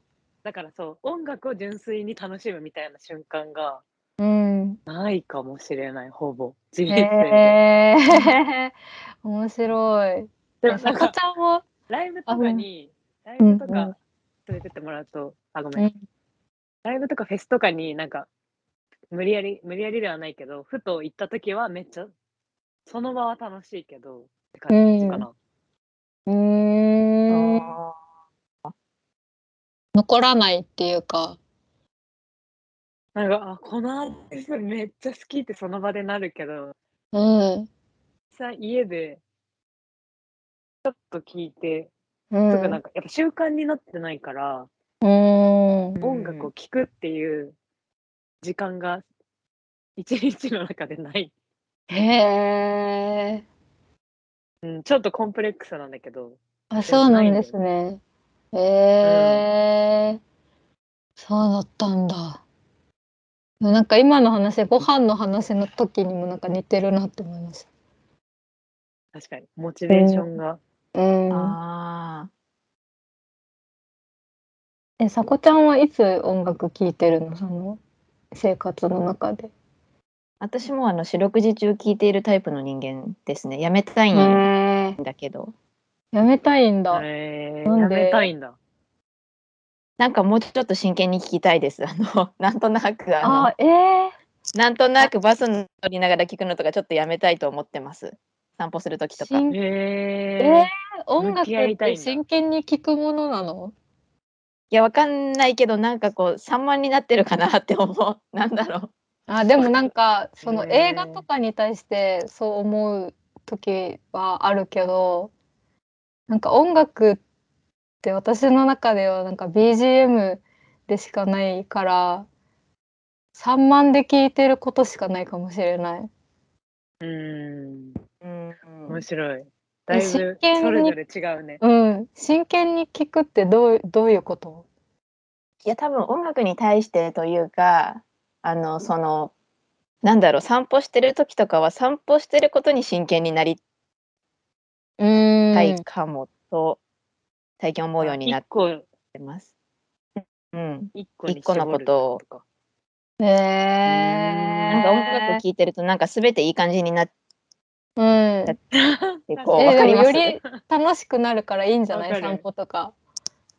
[SPEAKER 3] だから、そう、音楽を純粋に楽しむみたいな瞬間が
[SPEAKER 2] うん。
[SPEAKER 3] ないかもしれない、ほぼ。人生で。
[SPEAKER 2] ええ 面白い。
[SPEAKER 3] で
[SPEAKER 2] え
[SPEAKER 3] も、な
[SPEAKER 2] さ
[SPEAKER 3] ん
[SPEAKER 2] こ
[SPEAKER 3] か
[SPEAKER 2] ち、ゃんは
[SPEAKER 3] ライブとかに、ライ
[SPEAKER 2] の
[SPEAKER 3] ブと
[SPEAKER 2] うんう
[SPEAKER 3] か連れてってもらうと、あ、ごめ
[SPEAKER 2] うん
[SPEAKER 3] ん。ライブとかフェスとかになんか、無理やり、無理やりではないけど、ふと行った時はめっちゃ、その場は楽しいけど、って感じかな。
[SPEAKER 2] うーん残らないっていうか。
[SPEAKER 3] なんか、あ、このアーティストめっちゃ好きってその場でなるけど、
[SPEAKER 2] うん。
[SPEAKER 3] 実際家で、ちょっと聞いて、
[SPEAKER 2] う
[SPEAKER 3] と
[SPEAKER 2] ん。
[SPEAKER 3] かなんか、やっぱ習慣になってないから、
[SPEAKER 2] うーん。
[SPEAKER 3] 音楽を聴くっていう時間が一日の中でない、
[SPEAKER 2] へえ。
[SPEAKER 3] うん、ちょっとコンプレックスなんだけど
[SPEAKER 2] あ、そうなんですね。へえ、そうだったんだ。でもなんか今の話、ご飯の話の時にもなんか似てるなって思いまし
[SPEAKER 3] 確かにモチベーションが、
[SPEAKER 2] た。うん。
[SPEAKER 4] ああ。
[SPEAKER 2] え、さこちゃんはいつ音楽聴いてるのその生活の中で。
[SPEAKER 4] 私もあの四六時中聞いているタイプの人間ですね。やめたいんだ
[SPEAKER 2] へえ。
[SPEAKER 4] けど、
[SPEAKER 2] やめたいんだ。
[SPEAKER 3] えー
[SPEAKER 2] な
[SPEAKER 3] や
[SPEAKER 2] んで
[SPEAKER 3] めたいんだ
[SPEAKER 4] なんかもうちょっと真剣に聞きたいです。あの、 なんとなく、あの
[SPEAKER 2] あ、ええ
[SPEAKER 4] なんとなくバスに乗りながら聞くのとかちょっとやめたいと思ってます。散歩するときとか。
[SPEAKER 2] 真
[SPEAKER 3] え
[SPEAKER 2] え
[SPEAKER 3] え
[SPEAKER 2] ー音楽
[SPEAKER 3] 向き合
[SPEAKER 2] っ
[SPEAKER 3] いたいん
[SPEAKER 2] て
[SPEAKER 3] だ
[SPEAKER 2] 真剣に聞くものなの
[SPEAKER 4] いや、わかんないけど、なんかこう、散漫になってるかなって思う。 なんだろう。
[SPEAKER 2] あでもな んかその
[SPEAKER 3] へー
[SPEAKER 2] 映画とかに対してそう思う時はあるけどなんか音楽って私の中ではなんか BGM でしかないから散漫で聴いてることしかないかもしれない。
[SPEAKER 3] うん
[SPEAKER 4] うん。
[SPEAKER 3] 面白いだいぶ
[SPEAKER 2] 真剣に
[SPEAKER 3] それぞれ違うね
[SPEAKER 2] うん、真剣に聴くってどうどういうこと
[SPEAKER 4] いや多分音楽に対してというかあのそのなんだろう散歩してる時とかは散歩してることに真剣になり
[SPEAKER 2] うーん、
[SPEAKER 4] たいかもと、最近思うようになっ
[SPEAKER 3] 一個
[SPEAKER 4] てます。うん、
[SPEAKER 3] 一個に
[SPEAKER 4] 一個の
[SPEAKER 3] 絞る
[SPEAKER 4] ことを
[SPEAKER 3] か
[SPEAKER 2] へえ
[SPEAKER 4] なんか音楽聴いてるとなんか全ていい感じになっ
[SPEAKER 2] うん、
[SPEAKER 4] て
[SPEAKER 3] 確か
[SPEAKER 4] こう
[SPEAKER 3] に
[SPEAKER 2] え
[SPEAKER 4] わか
[SPEAKER 2] で
[SPEAKER 4] り
[SPEAKER 2] も
[SPEAKER 4] ます
[SPEAKER 2] より楽しくなるからいいんじゃな
[SPEAKER 3] わか
[SPEAKER 2] い
[SPEAKER 3] る
[SPEAKER 2] 散歩とか。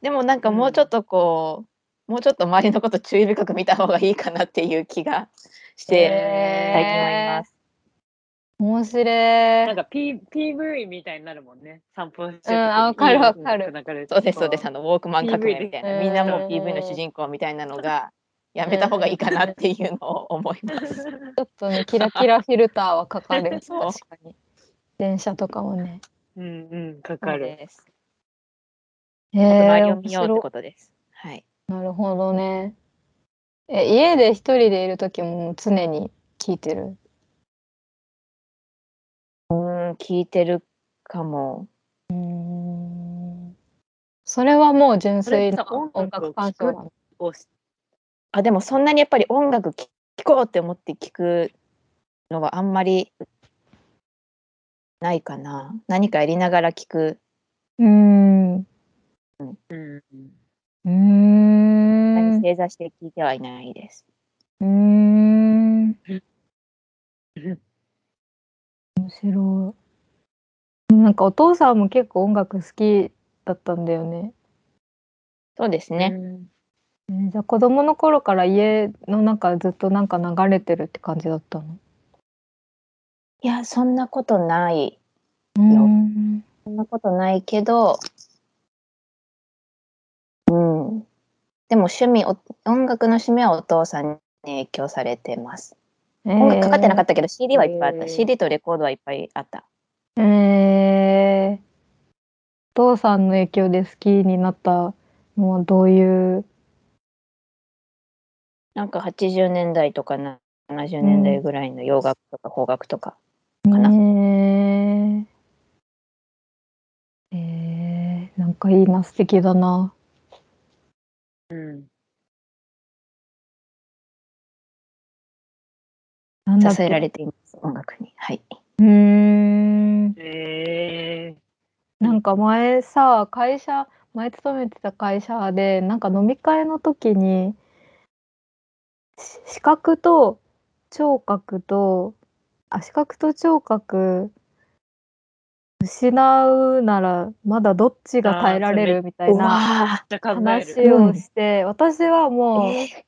[SPEAKER 4] でもなんかもうちょっとこう、もうちょっと周りのこと注意深く見た方がいいかなっていう気がして
[SPEAKER 2] へー
[SPEAKER 4] 最近はいます。
[SPEAKER 2] 面白い
[SPEAKER 3] なん。か、P、PV みたいになるもんね散歩してる時
[SPEAKER 2] うんあわかるわかる
[SPEAKER 4] そうですそうですあ
[SPEAKER 3] の
[SPEAKER 4] のウォークマン革命
[SPEAKER 3] PV
[SPEAKER 4] みたいな、
[SPEAKER 2] で
[SPEAKER 4] みんな
[SPEAKER 2] う
[SPEAKER 4] も
[SPEAKER 2] ん
[SPEAKER 4] う PV の主人公みたいなのがやめた方がいいかなっていうのを思います。。
[SPEAKER 2] ちょっとね、キラキラフィルターはかかる
[SPEAKER 4] そう
[SPEAKER 2] 確かに。電車とかも ね。
[SPEAKER 3] うんうんかかる
[SPEAKER 4] です。
[SPEAKER 2] へ
[SPEAKER 4] あと
[SPEAKER 2] え
[SPEAKER 4] 周りを
[SPEAKER 2] 面
[SPEAKER 4] 見ようって
[SPEAKER 2] 白
[SPEAKER 4] ことです。はい。
[SPEAKER 2] いなるほどね。え、家で一人でいるときも常に聞いてる。
[SPEAKER 4] うーん聞いてるかも。
[SPEAKER 2] うーん。それはもう純粋な
[SPEAKER 3] それってさ
[SPEAKER 2] 音楽鑑賞なの。
[SPEAKER 3] をし
[SPEAKER 4] あでもそんなにやっぱり音楽聴こうって思って聞くのはあんまりないかな。何かやりながら聞く。
[SPEAKER 2] うーん。う
[SPEAKER 3] うんうん
[SPEAKER 2] ーん。
[SPEAKER 4] 何
[SPEAKER 2] う
[SPEAKER 4] 正座して聞いてはいないです。
[SPEAKER 2] ーん。
[SPEAKER 3] うん
[SPEAKER 2] 面白い。なんかお父さんも結構音楽好きだったんだよね。
[SPEAKER 4] そうですね。
[SPEAKER 2] えーじゃあ子供の頃から家の中ずっとなんか流れてるって感じだったの
[SPEAKER 4] いやそんなことない。
[SPEAKER 2] うん
[SPEAKER 4] そんなことないけど、うん。でも趣味、お音楽の趣味はお父さんに影響されてます。音楽かかってなかったけど CD はいっぱいあった。
[SPEAKER 3] えー
[SPEAKER 4] CD とレコードはいっぱいあった。
[SPEAKER 2] た。えー、お父さんの影響で好きになったのはどういう。
[SPEAKER 4] なんか80年代とかな70年代ぐらいの洋楽とか邦楽とか。
[SPEAKER 2] か
[SPEAKER 4] な
[SPEAKER 2] えーえーなんかいいな素敵だな。
[SPEAKER 3] うん
[SPEAKER 2] なんだっ
[SPEAKER 4] 支
[SPEAKER 2] け
[SPEAKER 4] えられています、音楽に。はい。
[SPEAKER 2] うーん。
[SPEAKER 3] え
[SPEAKER 2] なんか前さ会社前勤めてた会社でなんか飲み会の時にし視覚と聴覚とあ視覚と聴覚失うならまだどっちが耐えられ
[SPEAKER 3] あーそれ
[SPEAKER 2] るみたいな
[SPEAKER 4] わ
[SPEAKER 3] ー、じゃ考える
[SPEAKER 2] 話をして私はもう
[SPEAKER 4] え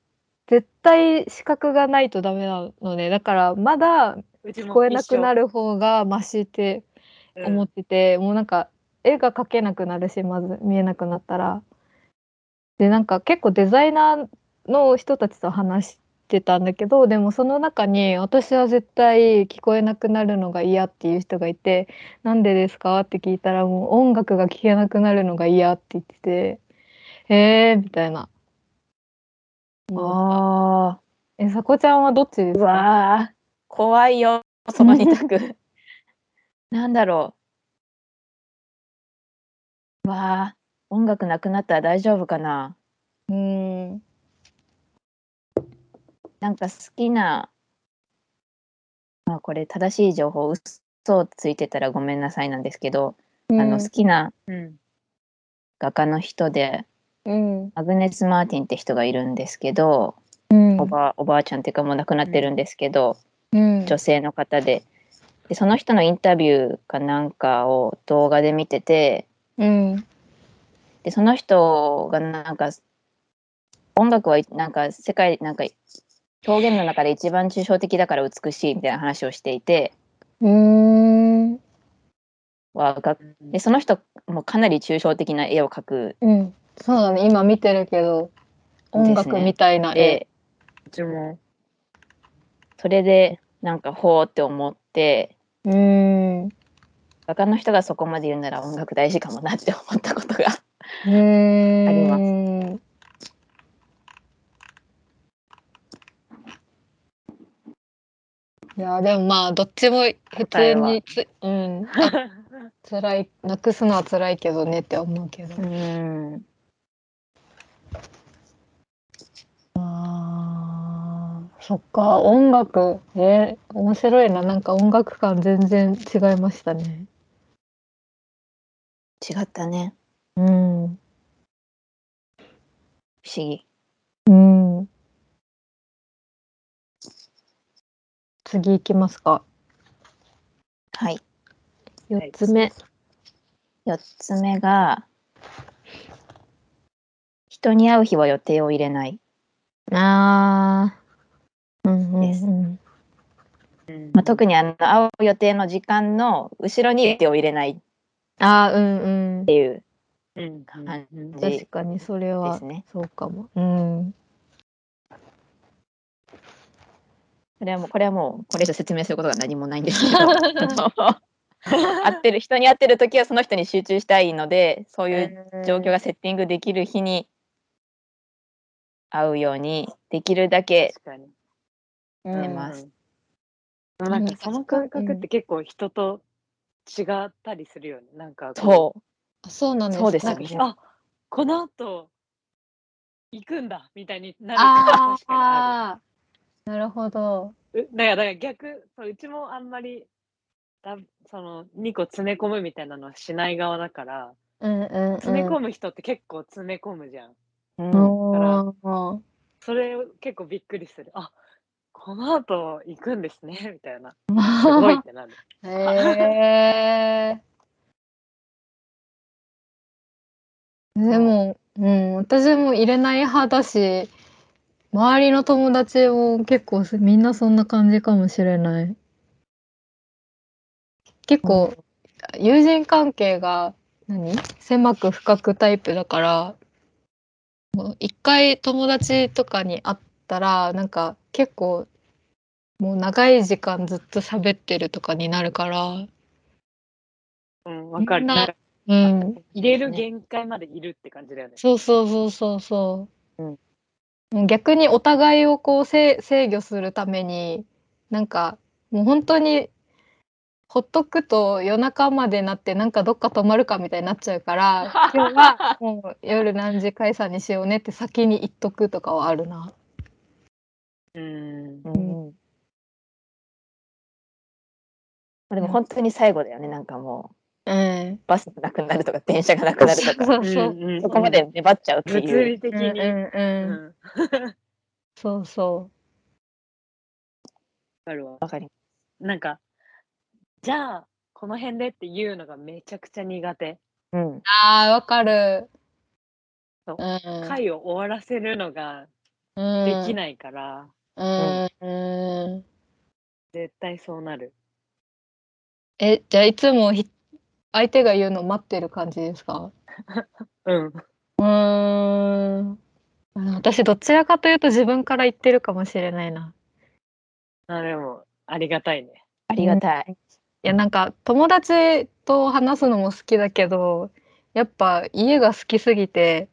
[SPEAKER 2] 絶対視覚がないとダメなのねだからまだ
[SPEAKER 3] うち
[SPEAKER 2] 聞
[SPEAKER 3] も
[SPEAKER 2] こえなくな
[SPEAKER 3] る
[SPEAKER 2] る方がマシって思ってて、もうなんか絵が描けなくなるしまず見えなくなったら。でなんか結構デザイナーの人たちと話してたんだけどでもその中に私は絶対聞こえなくなるのが嫌っていう人がいてなんでですかって聞いたらもう音楽が聴けなくなるのが嫌って言っててえーみたいな。
[SPEAKER 4] ああ。
[SPEAKER 2] え、さこちゃんはどっちです
[SPEAKER 4] う
[SPEAKER 2] か
[SPEAKER 4] わー怖いよその二択 なんだろうわあ音楽なくなったら大丈夫かな
[SPEAKER 2] うん。
[SPEAKER 4] なんか好きな、まあ、これ正しい情報嘘をついてたらごめんなさいなんですけど、あの好きな
[SPEAKER 3] うん。
[SPEAKER 4] 画家の人で
[SPEAKER 2] うん。
[SPEAKER 4] アグネス・マーティンって人がいるんですけど、
[SPEAKER 2] うん。
[SPEAKER 4] おばおばあちゃんっていうかもう亡くなってるんですけど、
[SPEAKER 2] うん。
[SPEAKER 4] 女性の方ででその人のインタビューかなんかを動画で見てて
[SPEAKER 2] うん。
[SPEAKER 4] でその人がなんか音楽はなんか世界なんか表現の中で一番抽象的だから美しいみたいな話をしていて
[SPEAKER 2] うん。
[SPEAKER 4] わがでその人もかなり抽象的な絵を描く
[SPEAKER 2] うん。そうだね。今見てるけど、音楽みたいな
[SPEAKER 4] の
[SPEAKER 2] 絵。
[SPEAKER 4] で
[SPEAKER 3] うちも。
[SPEAKER 4] それでなんかほうって思って
[SPEAKER 2] うん。う
[SPEAKER 4] 画家の人がそこまで言うなら音楽大事かもなって思ったことが
[SPEAKER 2] ん。。
[SPEAKER 4] あります
[SPEAKER 2] いやでもまあどっちも普通につ うん辛いなくすのは辛いけどねって思うけど
[SPEAKER 4] うん
[SPEAKER 2] あーそっか音楽えー面白いななんか音楽感全然違いましたね
[SPEAKER 4] 違ったね
[SPEAKER 2] うんう
[SPEAKER 4] 不思議
[SPEAKER 2] ん次行きますか
[SPEAKER 4] はい
[SPEAKER 2] 4つ目
[SPEAKER 4] 4つ目が人に会う日は予定を入れない
[SPEAKER 2] あーうんうん
[SPEAKER 4] です
[SPEAKER 2] うん
[SPEAKER 3] うん
[SPEAKER 4] まあ、特にあの会う予定の時間の後ろに予定を入れない
[SPEAKER 2] あーうんうん
[SPEAKER 4] っていう
[SPEAKER 3] うん
[SPEAKER 4] 感じ
[SPEAKER 2] 確
[SPEAKER 4] で
[SPEAKER 2] かにそれは
[SPEAKER 4] すね。
[SPEAKER 2] そうかもうん
[SPEAKER 4] これはもうこれはもうこれ以上説明することが何もないんですけどあの会ってる人に会ってる時はその人に集中したいのでそういう状況がセッティングできる日に会うようにできるだけ
[SPEAKER 3] 確かに。
[SPEAKER 4] 出ます。
[SPEAKER 3] でもなんかその感
[SPEAKER 2] うん
[SPEAKER 3] 覚って結構人と違ったりするよね。なんかこ
[SPEAKER 4] そう
[SPEAKER 2] あそうなんです
[SPEAKER 4] そうです
[SPEAKER 3] な
[SPEAKER 4] よ
[SPEAKER 3] んか
[SPEAKER 4] ね
[SPEAKER 3] ひあこの後行くんだみたいになる
[SPEAKER 2] あ
[SPEAKER 3] 感
[SPEAKER 2] ー
[SPEAKER 3] じ確か
[SPEAKER 2] あーなるほど
[SPEAKER 3] にある。うだからだから逆そううちもあんまりだその2個詰め込むみたいなのはしない側だから
[SPEAKER 2] うんうんうん
[SPEAKER 3] 詰め込む人って結構詰め込むじゃん。
[SPEAKER 4] うん
[SPEAKER 2] おー
[SPEAKER 3] それを結構びっくりする。あこの後行くんですねみたいな。すごいってなる。
[SPEAKER 2] へえ。でも、うん、私も入れない派だし、周りの友達も結構すみんなそんな感じかもしれない。結構、友人関係が何狭く深くタイプだから、もう一回友達とかに会ったら、なんか結構、もう長い時間ずっと喋ってるとかになるから、
[SPEAKER 3] うんわかる。
[SPEAKER 2] みんな
[SPEAKER 3] なんか
[SPEAKER 2] うん、
[SPEAKER 3] 入れる限界までいるって感じだよね。
[SPEAKER 2] そうそうそうそうそう。
[SPEAKER 4] うん
[SPEAKER 2] もう逆にお互いをこう制制御するためになんかもう本当にほっとくと夜中までなってなんかどっか泊まるかみたいになっちゃうから今日はもう夜何時解散にしようねって先に言っとくとかはあるな。
[SPEAKER 3] うん。
[SPEAKER 4] うんうんまあでも本当に最後だよねなんかも
[SPEAKER 2] うん
[SPEAKER 4] う、バスがなくなるとか電車がなくなるとか
[SPEAKER 2] そうそう。
[SPEAKER 3] うんうん
[SPEAKER 4] そこまで粘っちゃうって
[SPEAKER 3] 物
[SPEAKER 4] いう
[SPEAKER 3] 理的
[SPEAKER 2] うん
[SPEAKER 3] に。
[SPEAKER 2] うん
[SPEAKER 3] う
[SPEAKER 2] うん、
[SPEAKER 3] ん。
[SPEAKER 2] そうそ
[SPEAKER 3] あるわ。
[SPEAKER 4] わかり
[SPEAKER 3] なんか、じゃあ、この辺でっていうのがめちゃくちゃ苦手。
[SPEAKER 4] ますうん
[SPEAKER 2] う。あーわかる。
[SPEAKER 3] そう
[SPEAKER 2] うん
[SPEAKER 3] 回を終わらせるのが
[SPEAKER 2] うん、
[SPEAKER 3] できないから、
[SPEAKER 2] うんうん
[SPEAKER 3] 絶対そうなる。
[SPEAKER 2] え、じゃあいつもひ相手が言うの待ってる感じですか
[SPEAKER 3] うん。
[SPEAKER 2] うーん。あの私どちらかというと自分から言ってるかもしれないな。
[SPEAKER 3] あれも、ありがたいね。
[SPEAKER 4] ありがたい。
[SPEAKER 2] いやなんか友達と話すのも好きだけど、やっぱ 家が好きすぎて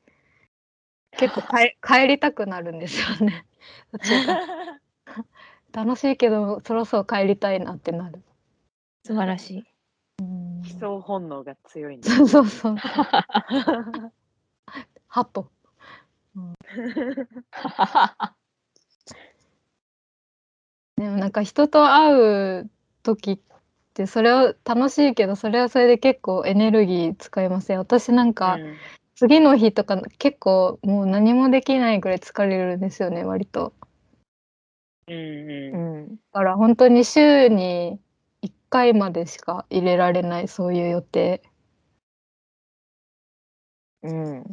[SPEAKER 2] 結構帰帰りたくなるんですよね。途中が楽しいけどそろそろ帰りたいなってなる。
[SPEAKER 4] 素晴らしい。
[SPEAKER 2] うん
[SPEAKER 3] 基礎本能が強いんで。
[SPEAKER 2] そうそう そう。ハト。でもなんか人と会う時ってそれを楽しいけどそれはそれで結構エネルギー使いません私なんか
[SPEAKER 3] うん
[SPEAKER 2] 次の日とか結構もう何もできないぐらい疲れるんですよね割と
[SPEAKER 3] うん
[SPEAKER 4] う。
[SPEAKER 3] うん
[SPEAKER 2] だから本当に週に1回までしか入れられないそういう予定
[SPEAKER 4] うん。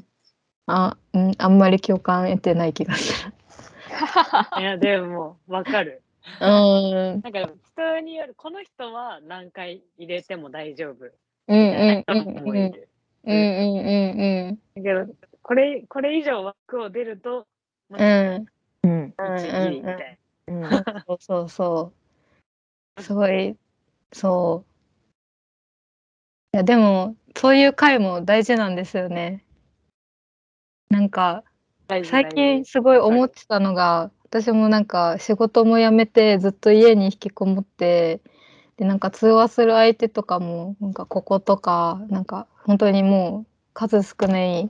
[SPEAKER 2] あ,、うん、あんまり共感得てない気 がする
[SPEAKER 3] ん。いや、でも、わかる。
[SPEAKER 2] うーん
[SPEAKER 3] なんか、人による、この人は何回入れても大丈夫。
[SPEAKER 2] うんうんう
[SPEAKER 3] 人
[SPEAKER 2] ん
[SPEAKER 3] も
[SPEAKER 2] う
[SPEAKER 3] い
[SPEAKER 2] ん
[SPEAKER 3] る。
[SPEAKER 2] うんうん うん
[SPEAKER 3] だけど、これ、これ以上枠を出ると、
[SPEAKER 2] うんうん
[SPEAKER 4] うん。
[SPEAKER 2] うん
[SPEAKER 3] 一ギリみたいな。
[SPEAKER 4] う
[SPEAKER 2] そう
[SPEAKER 4] ん。
[SPEAKER 2] そうそう。すごい、そう。いや、でも、そういう回も大事なんですよね。なんか、
[SPEAKER 3] 大事
[SPEAKER 2] 最近すごい
[SPEAKER 3] 大事
[SPEAKER 2] 思ってたのが、私もなんか仕事も辞めて、ずっと家に引きこもって、で、なんか通話する相手とかも、なんかこことか、なんか本当にもう数少ない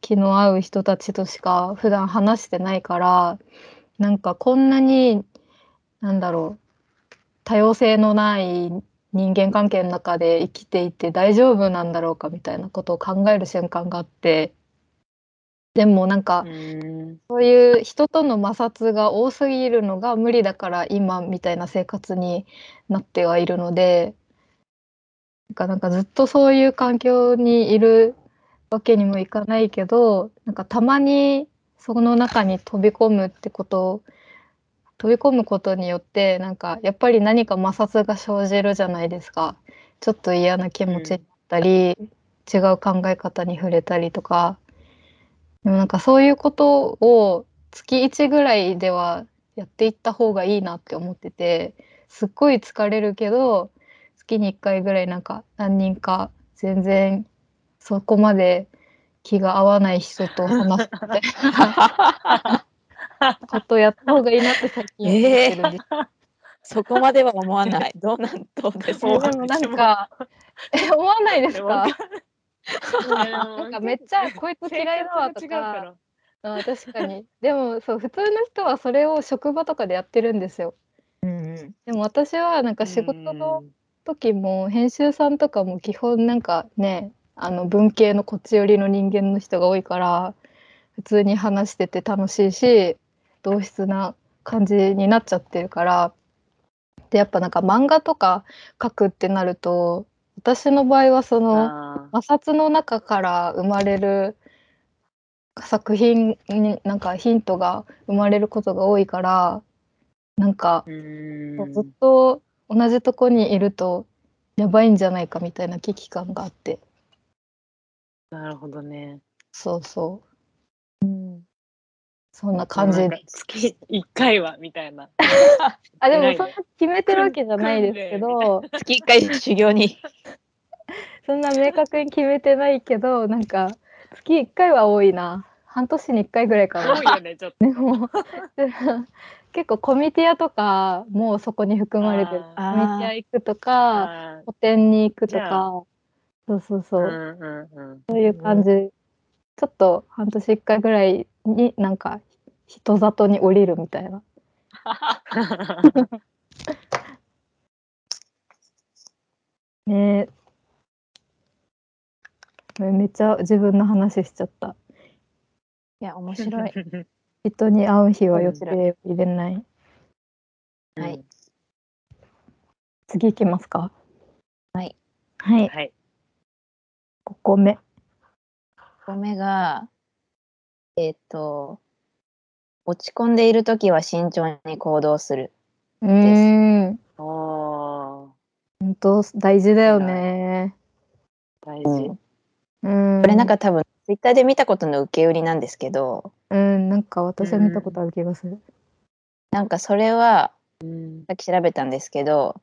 [SPEAKER 2] 気の合う人たちとしか普段話してないから、なんかこんなに、なんだろう、多様性のない人間関係の中で生きていて大丈夫なんだろうかみたいなことを考える瞬間があって、でもなんか
[SPEAKER 3] う、ん。
[SPEAKER 2] そういう人との摩擦が多すぎるのが無理だから今みたいな生活になってはいるのでなんかなんかずっとそういう環境にいるわけにもいかないけどなんかたまにその中に飛び込むってこと飛び込むことによってなんかやっぱり何か摩擦が生じるじゃないですかちょっと嫌な気持ちになったり、違う考え方に触れたりとかでもなんかそういうことを月1ぐらいではやっていった方がいいなって思っててすっごい疲れるけど月に1回ぐらいなんか何人か全然そこまで気が合わない人と話すみ たいなことをやった方がいいなって最近思ってるんです
[SPEAKER 4] そこまでは思わない。どうなんどうです
[SPEAKER 2] いや
[SPEAKER 3] 思わ
[SPEAKER 2] で
[SPEAKER 3] ない
[SPEAKER 2] もなんか、え、思わないです
[SPEAKER 3] わ
[SPEAKER 2] かなんかめっちゃこいつ嫌いだわと
[SPEAKER 3] 性格が違う
[SPEAKER 2] か、あ確かに。でもそう、普通の人はそれを職場とかでやってるんですよ。
[SPEAKER 4] うんうん。
[SPEAKER 2] でも私はなん
[SPEAKER 3] ら
[SPEAKER 2] か仕事の時も編集さんとかも基本なんかね、あの文系のこっち寄りの人間の人が多いから、普通に話してて楽しいし、同質な感じになっちゃってるから、で、やっぱなんか漫画とか書くってなると、私の場合はその、
[SPEAKER 3] あ
[SPEAKER 2] 摩擦の中から生まれる作品になんかヒントが生まれることが多いからなんか
[SPEAKER 3] ーう
[SPEAKER 2] ずっ
[SPEAKER 3] ん
[SPEAKER 2] と同じとこにいるとやばいんじゃないかみたいな危機感があって
[SPEAKER 3] なるほどね。
[SPEAKER 2] そうそう、うん、そんな感じ
[SPEAKER 3] なんか月一回はみたいな。
[SPEAKER 2] あで
[SPEAKER 3] 偉
[SPEAKER 2] も
[SPEAKER 3] い
[SPEAKER 2] そんな
[SPEAKER 3] ね
[SPEAKER 2] 決めてるわけじゃないですけど
[SPEAKER 4] 月一回修行に。
[SPEAKER 2] そんな明確に決めてないけどなんか月1回は多いな半年に1回ぐらいかな
[SPEAKER 3] 多いよ ね、ちょっと。
[SPEAKER 2] でも 結構コミティアとかもうそこに含まれてるコミテ
[SPEAKER 4] あー
[SPEAKER 2] ィア行くとか
[SPEAKER 3] あ
[SPEAKER 2] 個展に行くと
[SPEAKER 3] じゃ
[SPEAKER 2] かそうそう
[SPEAKER 3] ー
[SPEAKER 2] そうう、
[SPEAKER 3] んうんうん。
[SPEAKER 2] そういう感じ、ちょっと半年一回ぐらいになんか人里に降りるみたい なねえめっちゃ自分の話しちゃった
[SPEAKER 4] いや、面白い。
[SPEAKER 2] 人に会う日は予
[SPEAKER 4] 面白
[SPEAKER 2] 定入れない
[SPEAKER 3] うん
[SPEAKER 4] はい。
[SPEAKER 2] 次行きますか
[SPEAKER 4] はい
[SPEAKER 2] はい
[SPEAKER 3] はい。
[SPEAKER 2] 5個目
[SPEAKER 4] 1個目が、えっ、と、落ち込んでいるときは慎重に行動する。
[SPEAKER 2] うーん
[SPEAKER 3] おお
[SPEAKER 2] 本当大事だよね
[SPEAKER 3] ー大
[SPEAKER 4] う
[SPEAKER 3] 事。
[SPEAKER 4] ん、
[SPEAKER 2] うん、
[SPEAKER 4] これなんか多分、ツイッターで見たことの受け売りなんですけど、
[SPEAKER 2] うん、なんか私は見たことある気がする。
[SPEAKER 4] なんかそれは、
[SPEAKER 3] うん。
[SPEAKER 4] さっき調べたんですけど、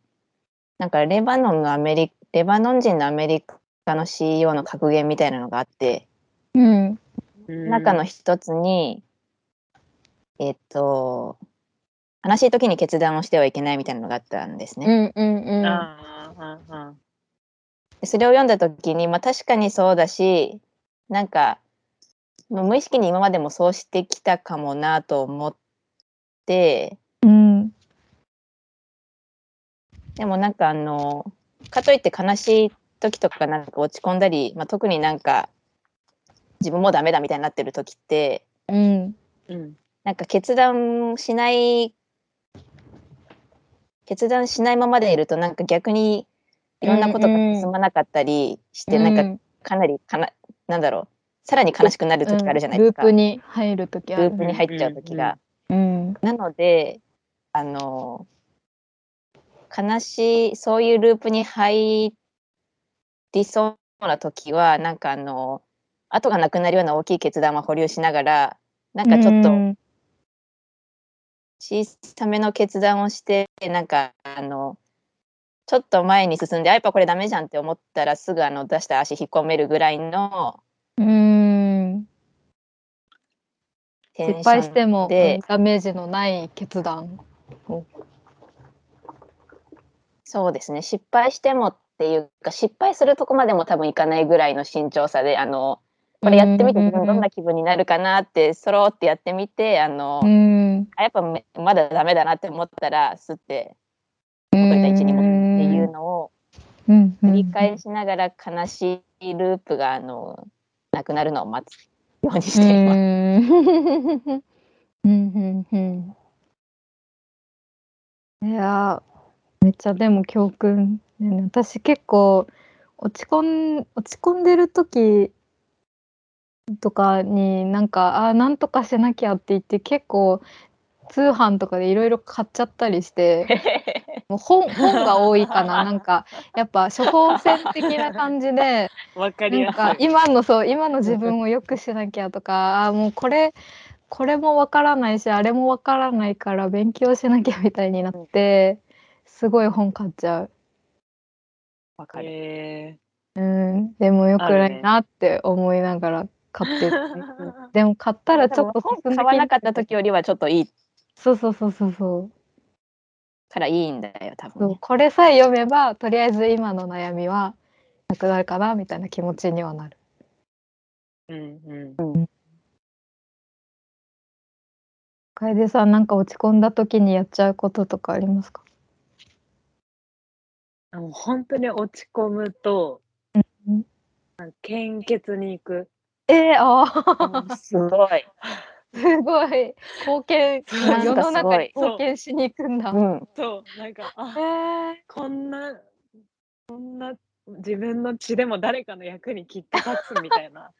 [SPEAKER 4] なんかレバノンのアメリレバノン人のアメリカの CEO の格言みたいなのがあって、
[SPEAKER 2] うん、
[SPEAKER 3] うん
[SPEAKER 4] 中の一つに、えっと悲しい時に決断をしてはいけないみたいなのがあったんですね。
[SPEAKER 2] うんうんうん。
[SPEAKER 3] ああ、ああ、
[SPEAKER 4] でそれを読んだ時に、まあ、確かにそうだしなんかもう無意識に今までもそうしてきたかもなと思って
[SPEAKER 2] うん
[SPEAKER 4] でもなんかあのかといって悲しい時とかなんか落ち込んだり、まあ、特になんか自分もうダメだみたいになってる時って
[SPEAKER 2] うん
[SPEAKER 3] うん。
[SPEAKER 4] なんか決断しない決断しないままでいるとなんか逆にいろんなことが進まなかったりして、なんかかなりかな、なんだろう、さらに悲しくなる時あるじゃないですか。
[SPEAKER 2] うんループに入る時あ
[SPEAKER 4] ル
[SPEAKER 2] る。
[SPEAKER 4] ープに入っちゃう時が。
[SPEAKER 2] うん
[SPEAKER 4] なので、あの、悲しい、そういうループに入りそうな時は、なんかあの、後がなくなるような大きい決断は保留しながら、なんかちょっと
[SPEAKER 2] うん
[SPEAKER 4] 小さめの決断をして、なんかあの、ちょっと前に進んで、あ、やっぱこれダメじゃんって思ったら、すぐあの出した足引っ込めるぐらいの
[SPEAKER 2] うん
[SPEAKER 4] テンション
[SPEAKER 2] 失敗しても
[SPEAKER 4] で
[SPEAKER 2] うんダメージのない決断。
[SPEAKER 4] そうですね失敗してもっていうか失敗するとこまでも多分いかないぐらいの慎重さであのこれやってみて
[SPEAKER 2] うん
[SPEAKER 4] 自分どんな気分になるかなってそろってやってみてあの、
[SPEAKER 2] うん。
[SPEAKER 4] あやっぱめまだダメだなって思ったらすって元に一にもっていうのを
[SPEAKER 2] うん
[SPEAKER 4] 繰り返しながら悲しいループがあのなくなるのを待つようにしています。
[SPEAKER 2] うんうんうんうんいやーめっちゃでも教訓、ね、私結構落ち込ん落ち込んでる時とかになんかあーなんとかしなきゃって言って結構通販とかでいろいろ買っちゃったり して。もう本本が多いかななんかやっぱ処方箋的な感じで
[SPEAKER 3] わかり
[SPEAKER 2] な
[SPEAKER 3] や
[SPEAKER 2] ん
[SPEAKER 3] す
[SPEAKER 2] か
[SPEAKER 3] い。
[SPEAKER 2] 今のそう今の自分を良くしなきゃとかあーもうこれこれもわからないしあれもわからないから勉強しなきゃみたいになってすごい本買っちゃう。
[SPEAKER 4] わかる。
[SPEAKER 3] え
[SPEAKER 2] うん、でもよ
[SPEAKER 3] あ
[SPEAKER 2] くな
[SPEAKER 3] るね
[SPEAKER 2] いなって思いながら買ってる、ね
[SPEAKER 3] ー、
[SPEAKER 2] でも買ったらちょっと
[SPEAKER 4] 本
[SPEAKER 2] 進んで
[SPEAKER 4] 買わなかった時よりはちょっといい
[SPEAKER 2] そうそうそうそうそう
[SPEAKER 4] からいいんだよ多分
[SPEAKER 2] そ
[SPEAKER 4] ね
[SPEAKER 2] う。これさえ読めばとりあえず今の悩みはなくなるかなみたいな気持ちにはなる。
[SPEAKER 3] うん
[SPEAKER 2] 楓さんなんか落ち込んだ時にやっちゃうこととかありますか、
[SPEAKER 3] うん。もう本当に落ち込むと
[SPEAKER 2] うん、
[SPEAKER 3] 献血に行く。
[SPEAKER 2] えー、あー
[SPEAKER 4] すごい。
[SPEAKER 2] すごい貢献
[SPEAKER 3] そう
[SPEAKER 2] 今世の
[SPEAKER 4] なんかすご
[SPEAKER 2] 中
[SPEAKER 4] い
[SPEAKER 2] に貢献しに行くんだ。
[SPEAKER 4] うん。
[SPEAKER 3] そう、なんか、あ
[SPEAKER 2] え、ー、
[SPEAKER 3] こんな、こんな自分の血でも誰かの役にきっと立つみたい な。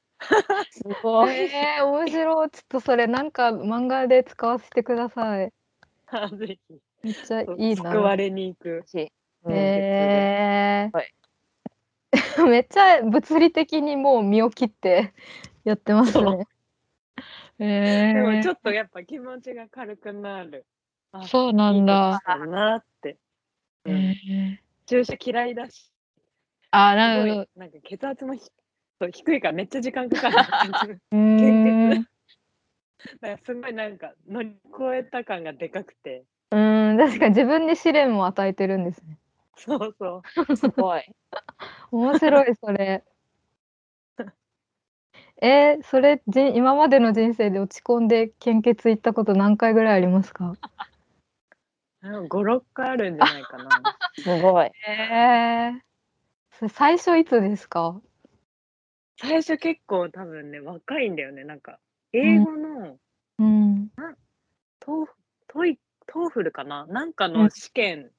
[SPEAKER 4] すごい。
[SPEAKER 2] えー、面白いちょっとそれなんか漫画で使わせてください。
[SPEAKER 3] ぜひ。
[SPEAKER 2] めっちゃい
[SPEAKER 3] そう
[SPEAKER 2] い
[SPEAKER 3] 救わ
[SPEAKER 2] な。
[SPEAKER 3] れに行く。
[SPEAKER 2] えー
[SPEAKER 4] はい
[SPEAKER 2] めっちゃ物理的にもう身を切ってやってます
[SPEAKER 3] そう
[SPEAKER 2] ね。え
[SPEAKER 3] で
[SPEAKER 2] ー、
[SPEAKER 3] もちょっとやっぱ気持ちが軽くなる。あ
[SPEAKER 2] そうなん
[SPEAKER 3] い
[SPEAKER 2] だ。
[SPEAKER 3] いことしたなって。うん
[SPEAKER 2] えー
[SPEAKER 3] 注射嫌いだし、す
[SPEAKER 2] あ
[SPEAKER 3] ご
[SPEAKER 2] なるほど
[SPEAKER 3] い、なんか血圧もひそう低いからめっちゃ時間かかる。
[SPEAKER 2] うー
[SPEAKER 3] だ
[SPEAKER 2] ん。
[SPEAKER 3] からすごい なんか乗り越えた感がでかくて。
[SPEAKER 2] うーん確かに自分に試練を与えてるんですね。
[SPEAKER 3] そうそう。
[SPEAKER 4] すごい。
[SPEAKER 2] 面白いそれ。 えー、それじん今までの人生で落ち込んで献血行ったこと何回ぐらいありますか？
[SPEAKER 3] 5、6回あるんじゃないかな。
[SPEAKER 4] す ごい。
[SPEAKER 2] えー、それ最初いつですか？
[SPEAKER 3] 最初結構多分ね、若いんだよね。なんか、英語の
[SPEAKER 2] うん
[SPEAKER 3] トーフ、トイ、トーフルかななんか
[SPEAKER 2] う
[SPEAKER 3] の
[SPEAKER 2] ん
[SPEAKER 3] 試験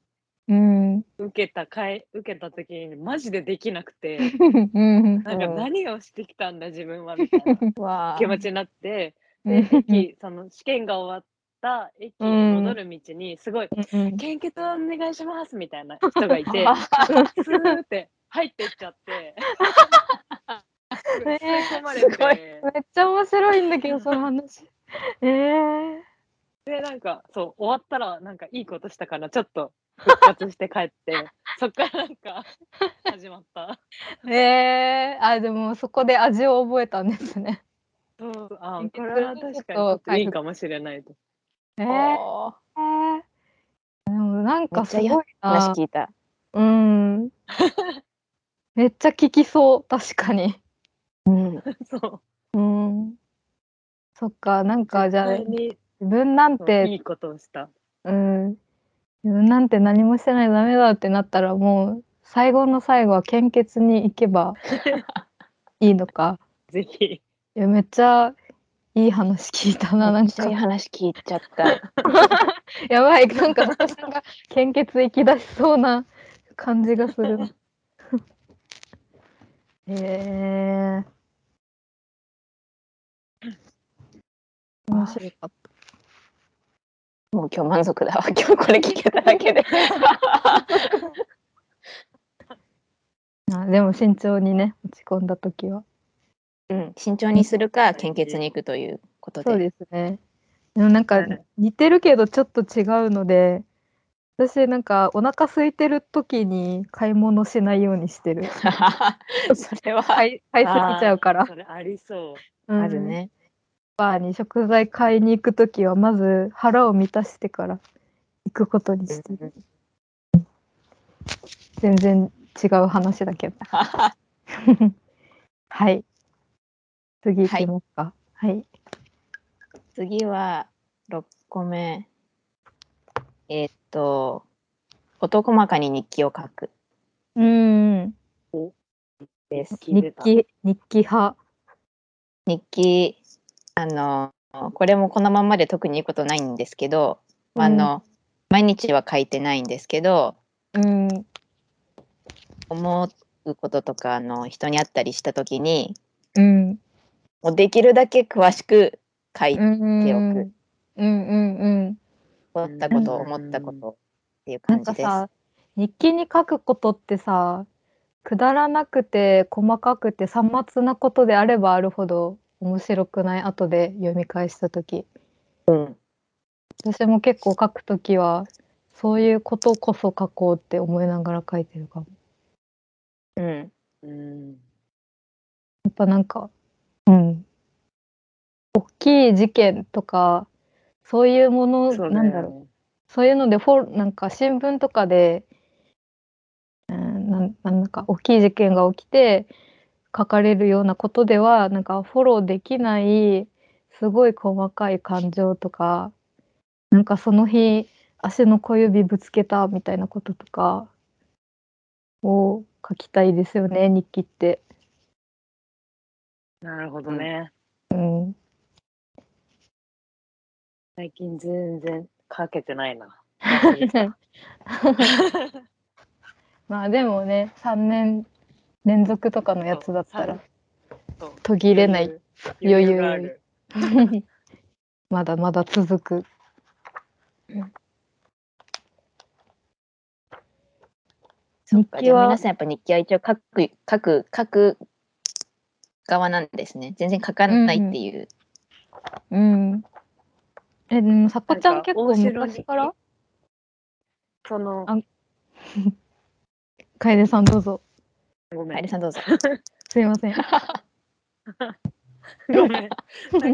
[SPEAKER 2] うん
[SPEAKER 3] 受けた回、受けた時にマジでできなくて、
[SPEAKER 2] うん
[SPEAKER 3] なんか
[SPEAKER 4] うん
[SPEAKER 3] 何をしてきたんだ自分はみたいな
[SPEAKER 4] わあ
[SPEAKER 3] 気持ちになって、
[SPEAKER 2] う
[SPEAKER 3] で
[SPEAKER 2] ん
[SPEAKER 3] 駅その試験が終わった駅に戻る道にすごい
[SPEAKER 2] うん
[SPEAKER 3] 「献血お願いします」みたいな人がい てスーって入ってっちゃってすごい吸い込まれ
[SPEAKER 4] すごい
[SPEAKER 3] て
[SPEAKER 2] めっちゃ面白いんだけどその話。えー、
[SPEAKER 3] でなんかそう終わったらなんかいいことしたからちょっと復活して帰って そっからなんか始まった
[SPEAKER 2] えー、あでもそこで味を覚えたんですね。
[SPEAKER 3] そうあ
[SPEAKER 2] 献血
[SPEAKER 3] これは確かにちょっといいかもしれないと
[SPEAKER 2] えー
[SPEAKER 4] お
[SPEAKER 2] えーでもなんかすごい
[SPEAKER 4] めっー話
[SPEAKER 2] な。
[SPEAKER 4] 聞いた。
[SPEAKER 2] うん。 めっちゃ聞きそう、確かに。
[SPEAKER 4] うん。
[SPEAKER 3] そう。
[SPEAKER 2] うん。そっか、なんかじゃあ、
[SPEAKER 3] 絶対に
[SPEAKER 2] 自分なん
[SPEAKER 3] そう
[SPEAKER 2] て
[SPEAKER 3] いいことをした。
[SPEAKER 2] うん、自分なんて何もしてないとダメだってなったらもう最後の最後は献血に行け ばいいのか
[SPEAKER 3] ぜひ。
[SPEAKER 2] いやめっちゃいい話聞いたなな
[SPEAKER 4] めっ
[SPEAKER 2] ん
[SPEAKER 4] ちゃ
[SPEAKER 2] か
[SPEAKER 4] いい話聞いちゃった。
[SPEAKER 2] やばいなんか私が献血行き出しそうな感じがする へえ面白かっ
[SPEAKER 4] もう今日満足だわ。 今日これ聞けただけで。
[SPEAKER 2] たあでも慎重にね落ち込んだ時は
[SPEAKER 4] うん、慎重にするか献血に行くということで。
[SPEAKER 2] そうですね。でもなんか
[SPEAKER 3] はい
[SPEAKER 2] 似てるけどちょっと違うので、私なんかお腹空いてる時に買い物しないようにして る。
[SPEAKER 4] それは
[SPEAKER 2] 買い買いすぎちゃうから。
[SPEAKER 3] それありそう。
[SPEAKER 4] あるね。
[SPEAKER 2] うん。スーパーに食材買いに行く時はまず腹を満たしてから行くことにしてる。全然違う話だ けど。はい。次行きますか。はい。
[SPEAKER 4] 次は6個目。えーっと、事細かに日記を書く
[SPEAKER 2] うん。
[SPEAKER 4] です。
[SPEAKER 3] 聞いて
[SPEAKER 2] 日
[SPEAKER 3] た。
[SPEAKER 2] 記、日記派。
[SPEAKER 4] 日記、あの、これもこのままで特にいいことないんですけど、まああの、毎日は書いてないんですけど、
[SPEAKER 2] うん。
[SPEAKER 4] 思うこととか、あの、人に会ったりした時に、
[SPEAKER 2] うん。
[SPEAKER 4] もうできるだけ詳しく書いて
[SPEAKER 2] て
[SPEAKER 4] おく。
[SPEAKER 2] うんうんうん。
[SPEAKER 4] 思ったこと、
[SPEAKER 3] うん
[SPEAKER 4] 思ったことっていう
[SPEAKER 2] な
[SPEAKER 4] 感
[SPEAKER 2] ん
[SPEAKER 4] じ
[SPEAKER 2] か
[SPEAKER 4] です。
[SPEAKER 2] さ日記に書くことってさくだらなくて細かくてさまつなことであればあるほど面白くない後で読み返した時
[SPEAKER 4] うん、
[SPEAKER 2] 私も結構書く時はそういうことこそ書こうって思いながら書いてるかも
[SPEAKER 4] うん、
[SPEAKER 3] うん。
[SPEAKER 2] やっぱなんかうん大きい事件とかそういうもの
[SPEAKER 3] そう
[SPEAKER 2] なんだろう
[SPEAKER 3] う。
[SPEAKER 2] そういうのでフォローなんか新聞とかで、うん、なんなんか大きい事件が起きて書かれるようなことではなんかフォローできないすごい細かい感情とかなんかその日足の小指ぶつけたみたいなこととかを書きたいですよね日記って。
[SPEAKER 3] なるほどね。
[SPEAKER 2] うん、
[SPEAKER 3] 最近全然かけてないな。
[SPEAKER 2] まあでもね3年連続とかのやつだったら
[SPEAKER 3] そう
[SPEAKER 2] 途 切れない。
[SPEAKER 3] 余裕がある。
[SPEAKER 2] まだまだ続く。
[SPEAKER 4] そっか
[SPEAKER 2] 日
[SPEAKER 4] じ
[SPEAKER 2] 記
[SPEAKER 4] ゃ
[SPEAKER 2] は
[SPEAKER 4] あ皆さんやっぱ日記は一応書く書く書く側なんですね全然書かないっていう、
[SPEAKER 2] うん。え、でも、さこちゃ
[SPEAKER 3] なん
[SPEAKER 2] ん
[SPEAKER 3] か
[SPEAKER 2] 結
[SPEAKER 3] 大
[SPEAKER 2] 構
[SPEAKER 3] 城に
[SPEAKER 2] 昔から
[SPEAKER 3] そ の
[SPEAKER 2] あ、楓さんどうぞ。
[SPEAKER 3] ごめ
[SPEAKER 4] あ
[SPEAKER 3] ん
[SPEAKER 4] ゆ。さんどうぞ
[SPEAKER 2] すいません。
[SPEAKER 3] ごめん。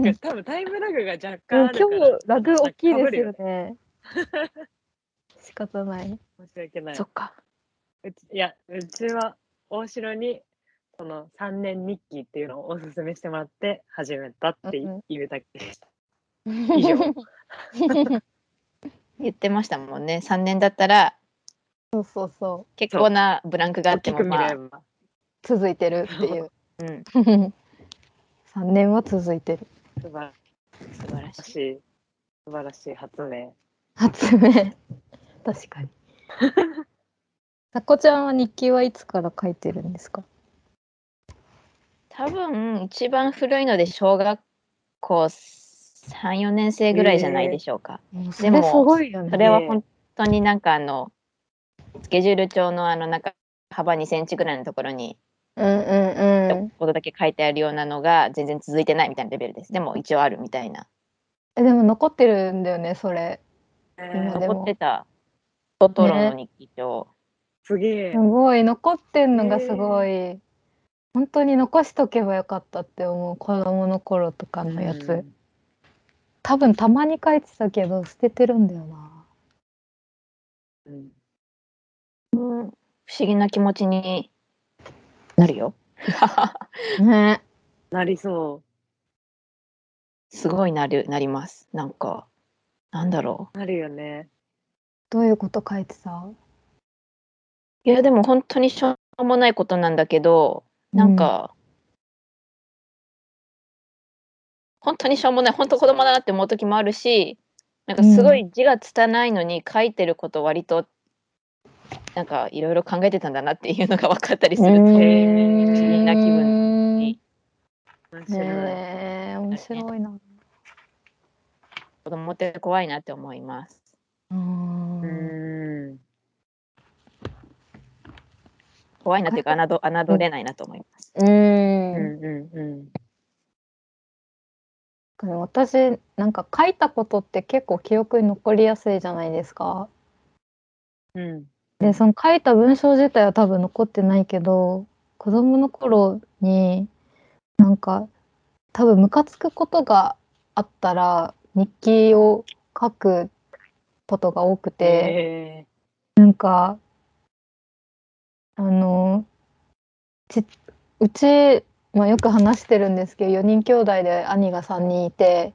[SPEAKER 3] なんか多分タイムラグが若干あ
[SPEAKER 2] 今日
[SPEAKER 3] るから。
[SPEAKER 2] ラグ大きいですよ
[SPEAKER 3] 被
[SPEAKER 2] ね。仕方ない。
[SPEAKER 3] 申し訳ない。
[SPEAKER 4] そっか
[SPEAKER 3] うちいや、うちは大城に、その3年日記っていうのをおすすめしてもらって始めたって
[SPEAKER 2] うんうん
[SPEAKER 3] 言うだけで した。以上。
[SPEAKER 4] 言ってましたもんね3年だったら
[SPEAKER 2] そうそうそ
[SPEAKER 4] 結構なブランクがあ
[SPEAKER 3] 大
[SPEAKER 4] って
[SPEAKER 3] き
[SPEAKER 4] も
[SPEAKER 3] く見
[SPEAKER 4] まあ
[SPEAKER 3] れ、ば。
[SPEAKER 2] う。続いてるっていう。
[SPEAKER 4] うん、
[SPEAKER 2] 3年は続いてる。
[SPEAKER 3] 素晴
[SPEAKER 4] 素晴ら
[SPEAKER 3] ら
[SPEAKER 4] し
[SPEAKER 3] し
[SPEAKER 4] い
[SPEAKER 3] い。素晴らしい発明。
[SPEAKER 2] 発 明。確かに。さこちゃんは日記はいつから書いてるんですか
[SPEAKER 4] 多分一番古いので小学校34年生ぐらいじゃないでしょうか、
[SPEAKER 2] それすごいよ
[SPEAKER 4] そ
[SPEAKER 2] ね。
[SPEAKER 4] れは本当になんかあのスケジュール帳のあのなんか幅2センチぐらいのところに
[SPEAKER 2] うんうんうん。
[SPEAKER 4] ことだけ書いてあるようなのが全然続いてないみたいなレベルです。でも一応あるみたいな。
[SPEAKER 2] えでも残ってるんだよねそれ
[SPEAKER 3] え
[SPEAKER 2] で
[SPEAKER 3] ー
[SPEAKER 2] も
[SPEAKER 4] 残ってたトトロの日記帳。
[SPEAKER 3] すげえ
[SPEAKER 2] す。ごい残ってんのがすごい、本当に残しとけばよかったって思う子供の頃とかのやつ、
[SPEAKER 3] うん
[SPEAKER 2] 多分たまに書いてたけど捨ててるんだよな。
[SPEAKER 3] うん
[SPEAKER 4] 不思議な気持ちになるよ。
[SPEAKER 2] ね。
[SPEAKER 3] なりそ
[SPEAKER 4] すごいなるなります。なんか、なんだろ
[SPEAKER 3] う。なるよね。
[SPEAKER 2] どういうこと書いてた
[SPEAKER 4] う。いや、でも本当にしょうもないことなんだけど、なん、か、本当にしょうもない、本当子供だなって思う時もあるし、なんかすごい字が拙いのに書いてること割と、なんかいろいろ考えてたんだなっていうのが分かったりすると、
[SPEAKER 2] うん
[SPEAKER 3] へ
[SPEAKER 4] 不思議な気分。に
[SPEAKER 3] 面白い。
[SPEAKER 2] ねえ、面白いな。
[SPEAKER 4] 子供って怖いなって思います。
[SPEAKER 2] う
[SPEAKER 3] うー
[SPEAKER 2] ん。
[SPEAKER 3] ん。
[SPEAKER 4] 怖いなっていうか、侮侮れないなと思います。
[SPEAKER 3] うん
[SPEAKER 2] うん。
[SPEAKER 3] うんうん。
[SPEAKER 2] 私なんか書いたことって結構記憶に残りやすいじゃないですか。
[SPEAKER 3] うん。
[SPEAKER 2] でその書いた文章自体は多分残ってないけど子供の頃になんか多分ムカつくことがあったら日記を書くことが多くて。
[SPEAKER 3] え
[SPEAKER 2] なんか、あの、ち、うち、まあ、よく話してるんですけど、4人兄弟で兄が3人いて、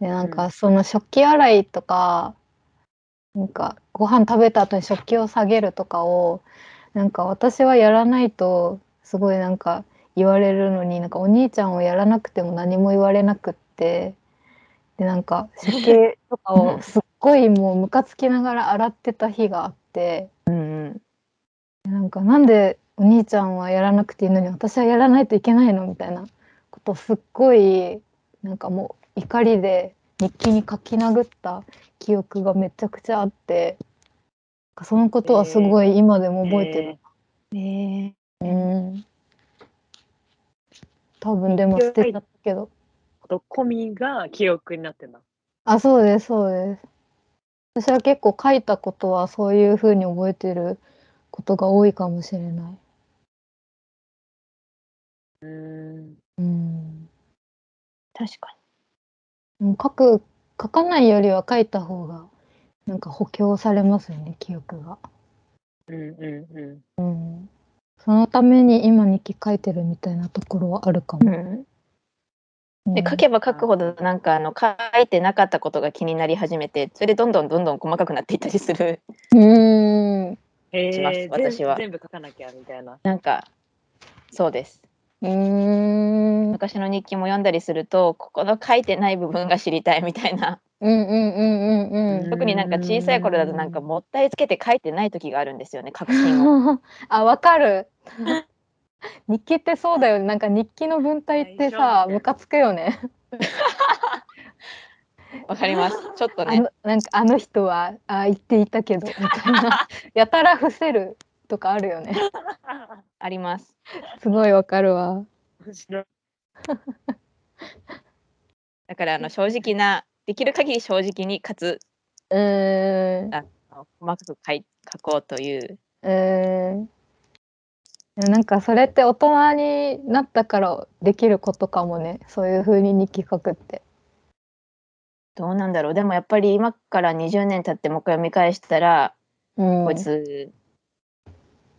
[SPEAKER 2] で、なん
[SPEAKER 3] う
[SPEAKER 2] か、その食器洗いとか、なんか、ご飯食べた後に食器を下げるとかを、なんか、私はやらないと、すごいなんか、言われるのに、なんか、お兄ちゃんをやらなくても何も言われなくって、で、なんか、食器とかをすっごいもう、ムカつきながら洗ってた日があって、
[SPEAKER 4] うんうん。
[SPEAKER 2] なんかなんでお兄ちゃんはやらなくていいのに私はやらないといけないのみたいなことをすっごいなんかもう怒りで日記に書き殴った記憶がめちゃくちゃあってなんかそのことはすごい今でも覚えてる。
[SPEAKER 4] ね
[SPEAKER 2] うん多分でも捨てたけど
[SPEAKER 3] と込みが記憶になってんだ。
[SPEAKER 2] あそうですそうです私は結構書いたことはそういうふうに覚えてることが多いかもしれない。
[SPEAKER 3] うーん。
[SPEAKER 2] うん
[SPEAKER 4] 確か
[SPEAKER 2] うん書く書かないよりは書いた方がなんか補強されますよね記憶が、
[SPEAKER 3] うんうんう
[SPEAKER 2] うん、そのために今日記書いてるみたいなところはあるか
[SPEAKER 4] に。
[SPEAKER 2] も、
[SPEAKER 4] うん
[SPEAKER 2] うん
[SPEAKER 4] で書けば書くほどなんかあの書いてなかったことが気になり始めてそれでどんどんどんどん細かくなっていったりする
[SPEAKER 2] うん
[SPEAKER 3] ん。へ
[SPEAKER 4] します
[SPEAKER 3] え。
[SPEAKER 4] 私は
[SPEAKER 3] 全全部書かなきゃみたいな。
[SPEAKER 4] なんかそうです
[SPEAKER 2] うんうん
[SPEAKER 4] 昔の日記も読んだりするとここの書いてない部分が知りたいみたい な
[SPEAKER 2] うんうんうん
[SPEAKER 3] う
[SPEAKER 4] 特になんか小さい頃だとなんかもったいつけて書いてない時があるんですよね確信を。
[SPEAKER 2] うん あわかる日記ってそうだよねなんか日記の文体ってさ
[SPEAKER 3] 最初
[SPEAKER 2] ムカつくよね
[SPEAKER 4] わかり ますちょっと
[SPEAKER 2] あ
[SPEAKER 4] ね
[SPEAKER 2] のなんかあの人はあ言っていた けどみたいなやたら伏せるとかある よね
[SPEAKER 4] あります。
[SPEAKER 2] すごいわかるわ。
[SPEAKER 3] 面白い。
[SPEAKER 4] だからあの正直なできる限り正直にかつ
[SPEAKER 2] うーん。う
[SPEAKER 4] あの細かく書い書こうという
[SPEAKER 2] ーん。でもなんかそれって大人になったからできることかもね。そういう風に日記書くって。
[SPEAKER 4] どうなんだろうでもやっぱり今から20年経ってもう一回読み返したら
[SPEAKER 2] うん
[SPEAKER 4] こいつ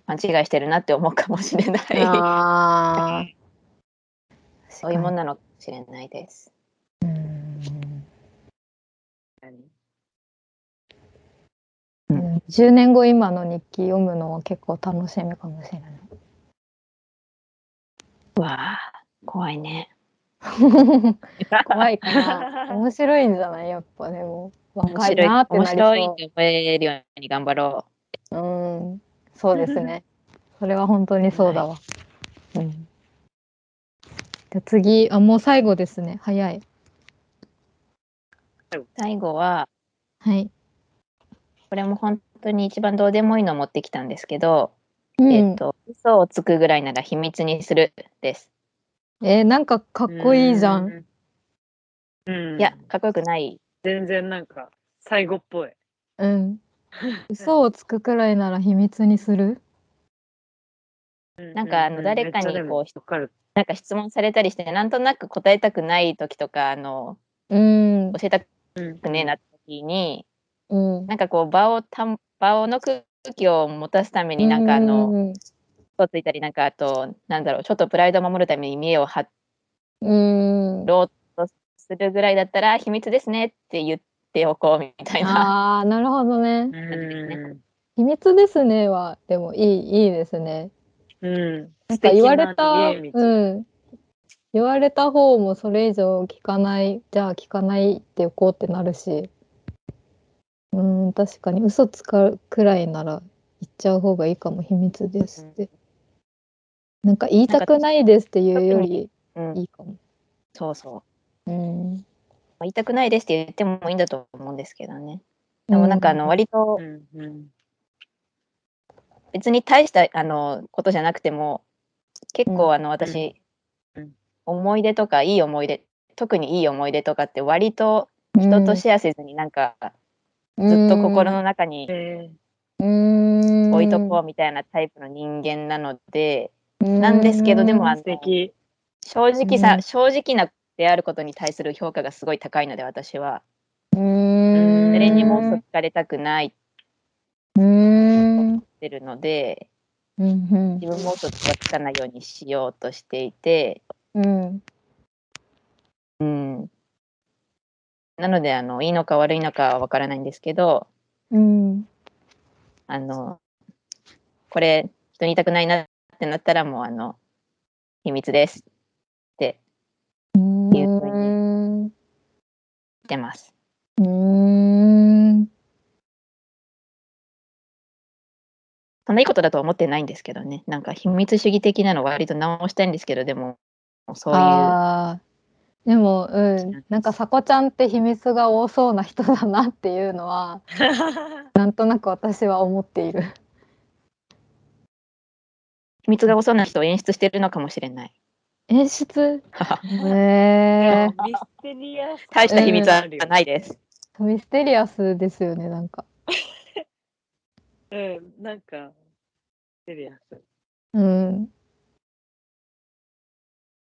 [SPEAKER 4] 勘違いしてるなって思うかもしれない。
[SPEAKER 2] ああ。
[SPEAKER 4] そういうもん
[SPEAKER 2] ん。
[SPEAKER 4] なのかもしれないです。
[SPEAKER 2] うん10年後今の日記読むのは結構楽しみかもしれない。
[SPEAKER 4] わあ、怖いね。
[SPEAKER 2] 怖いかな。面白いんじゃないやっぱでも。
[SPEAKER 4] 面
[SPEAKER 2] 若い
[SPEAKER 4] 白い
[SPEAKER 2] なって
[SPEAKER 4] 面
[SPEAKER 2] なり
[SPEAKER 4] 白いっ
[SPEAKER 2] そ
[SPEAKER 4] て思えるように頑張ろ
[SPEAKER 2] う。うん。そうですね。それは本当にそうだわ。うん。じゃあ次、あ、もう最後ですね。早い。
[SPEAKER 4] う。最後は、
[SPEAKER 2] はい。
[SPEAKER 4] これも本当に一番どうでもいいのを持ってきたんですけど、
[SPEAKER 2] うん
[SPEAKER 4] えっ、と、嘘をつくぐらいなら秘密にするです。
[SPEAKER 2] えーなんかかっこいいじゃん。
[SPEAKER 3] うーん。うん。
[SPEAKER 4] いや、かっこよくない。
[SPEAKER 3] 全然なんか最後っぽい。
[SPEAKER 2] うん。嘘をつくくらいなら秘密にする。
[SPEAKER 4] なんかあの誰かにこう
[SPEAKER 3] 引っかかる。
[SPEAKER 4] なんか質問されたりして、なんとなく答えたくない時とか、あの、
[SPEAKER 2] うん
[SPEAKER 4] 教えたく
[SPEAKER 3] うん
[SPEAKER 4] ねえなった時に
[SPEAKER 2] うん
[SPEAKER 4] なんかこう場をたん場の空気を持たすためになんかあの嘘ついたりなんかあとなんだろうちょっとプライドを守るために見栄を張
[SPEAKER 2] うん
[SPEAKER 4] ろうとするぐらいだったら秘密ですねって言っておこうみたいな。
[SPEAKER 2] ああなるほどね
[SPEAKER 3] うん
[SPEAKER 2] 秘密ですねはでもいいいいですね
[SPEAKER 3] うん。
[SPEAKER 2] なんか言われ
[SPEAKER 3] 素敵な
[SPEAKER 2] た、
[SPEAKER 3] 逃げ道
[SPEAKER 2] うん、言われた方もそれ以上聞かないじゃあ聞かないっておこうってなるしうん確かに嘘つかくらいなら言っちゃう方がいいかも秘密ですって、なんか言いたくないですっていうより
[SPEAKER 4] うん
[SPEAKER 2] いいかも、
[SPEAKER 4] そうそう。
[SPEAKER 2] うん、
[SPEAKER 4] まあ言いたくないですって言ってもいいんだと思うんですけどね。でもなんかあの割と
[SPEAKER 3] うんうん
[SPEAKER 4] 別に大したあのことじゃなくても結
[SPEAKER 2] うん
[SPEAKER 4] 構あの私
[SPEAKER 3] うん
[SPEAKER 4] 思い出とかいい思い出特にいい思い出とかって割と人とシェアせずになんか
[SPEAKER 2] ず
[SPEAKER 4] ずっと心の中に
[SPEAKER 3] え
[SPEAKER 4] 置
[SPEAKER 2] 置
[SPEAKER 4] いとこうみたいなタイプの人間なので
[SPEAKER 2] うん
[SPEAKER 4] なんですけどでもあ
[SPEAKER 3] ー、
[SPEAKER 4] の
[SPEAKER 3] 素敵。
[SPEAKER 4] 正直
[SPEAKER 2] う
[SPEAKER 4] さ
[SPEAKER 2] ん
[SPEAKER 4] 正直なであることに対する評価がすごい高いので私は
[SPEAKER 2] うん
[SPEAKER 4] 誰にも嘘つかれたくないって
[SPEAKER 2] うんうん
[SPEAKER 4] 言ってるので
[SPEAKER 2] うん
[SPEAKER 4] 自分も嘘つかつかないようにしようとしていて、
[SPEAKER 2] うん
[SPEAKER 4] うん、なのであのいいのか悪いのかは分からないんですけど
[SPEAKER 2] うん
[SPEAKER 4] あのこれ人に言いたくないなってなったらもうあの秘密ですっていうふうに
[SPEAKER 2] うん
[SPEAKER 4] 言ってます。
[SPEAKER 2] うーん。
[SPEAKER 4] そんないいことだとは思ってないんですけどねなんか秘密主義的なのは割と直したいんですけどでもそういう
[SPEAKER 2] あーでも、うん、なんかさこちゃんって秘密が多そうな人だなっていうのは、なんとなく私は思っている。
[SPEAKER 4] 秘密が多そうな人を演出してるのかもしれない。
[SPEAKER 2] 演出。
[SPEAKER 3] で
[SPEAKER 2] ね
[SPEAKER 3] もミステリアス。
[SPEAKER 4] 大した秘密は
[SPEAKER 3] うん
[SPEAKER 4] ないです。
[SPEAKER 2] え、ミステリアスですよね、なんか。
[SPEAKER 3] うん、なんか、ミステリアス。
[SPEAKER 2] うん、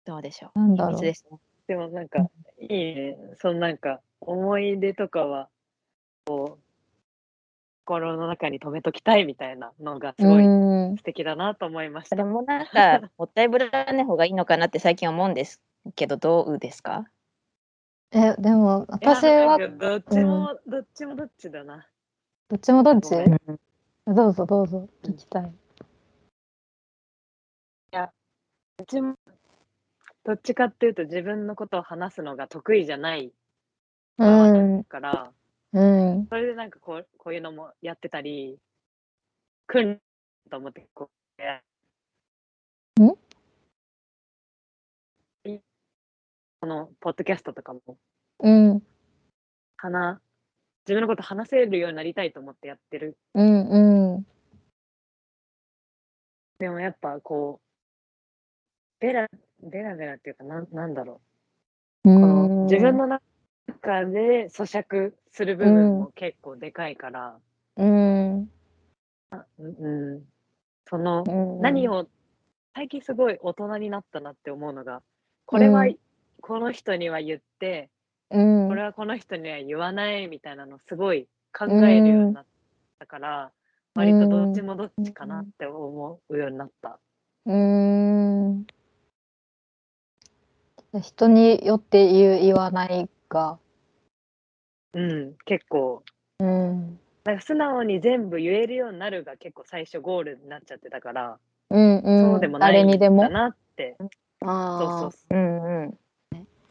[SPEAKER 4] どうでしょう。
[SPEAKER 2] なんだ
[SPEAKER 4] 秘
[SPEAKER 2] ろ
[SPEAKER 4] 密
[SPEAKER 2] う
[SPEAKER 4] で。すね。
[SPEAKER 3] でもなんか、いいね。そのなんか、思い出とかは、こう、心の中に留めときたいみたいなのがすごい
[SPEAKER 2] うん、
[SPEAKER 3] 素敵だなと思いまし
[SPEAKER 4] そ
[SPEAKER 3] た。
[SPEAKER 4] れもなんかもったいぶらない方がいいのかなって最近思うんですけどどうですか
[SPEAKER 2] え、でも、
[SPEAKER 3] いや
[SPEAKER 2] 私は
[SPEAKER 3] なんかどっちも、どっちもどっちだな。
[SPEAKER 2] どっちもどっち
[SPEAKER 3] ご。めん
[SPEAKER 2] どうぞ、どうぞ、
[SPEAKER 3] うん
[SPEAKER 2] 聞きたい。
[SPEAKER 3] どっちかっていうと自分のことを話すのが得意じゃない
[SPEAKER 2] うん、
[SPEAKER 3] から、
[SPEAKER 2] うん、
[SPEAKER 3] それでなんかこうこういうのもやってたり、訓練と思ってこうやいこのポッドキャストとかも
[SPEAKER 2] うん、
[SPEAKER 3] 話自分のこと話せるようになりたいと思ってやってる
[SPEAKER 2] うん、うん、
[SPEAKER 3] でもやっぱこうベラベラベラっていうかなんなんだろ
[SPEAKER 2] こ
[SPEAKER 3] うこの自分の中で咀嚼する部分も結構でかいから、
[SPEAKER 2] うん、
[SPEAKER 3] うんうんその
[SPEAKER 2] うん、
[SPEAKER 3] 何を最近すごい大人になったなって思うのがこれは
[SPEAKER 2] うん
[SPEAKER 3] この人には言って、
[SPEAKER 2] うん、
[SPEAKER 3] これはこの人には言わないみたいなのすごい考えるようになったから、割とどっちもどっちかなって思うようになった。
[SPEAKER 2] うーん。人によって言う言わないが、
[SPEAKER 3] うん、結構
[SPEAKER 2] うん、
[SPEAKER 3] なんか素直に全部言えるようになるが結構最初ゴールになっちゃってたから、
[SPEAKER 2] うん、うん、
[SPEAKER 3] そうでもな
[SPEAKER 2] 誰
[SPEAKER 3] いん
[SPEAKER 2] に
[SPEAKER 3] だ
[SPEAKER 2] でも。
[SPEAKER 3] なって
[SPEAKER 2] あ
[SPEAKER 3] そうそうそ
[SPEAKER 2] ー
[SPEAKER 4] うんうん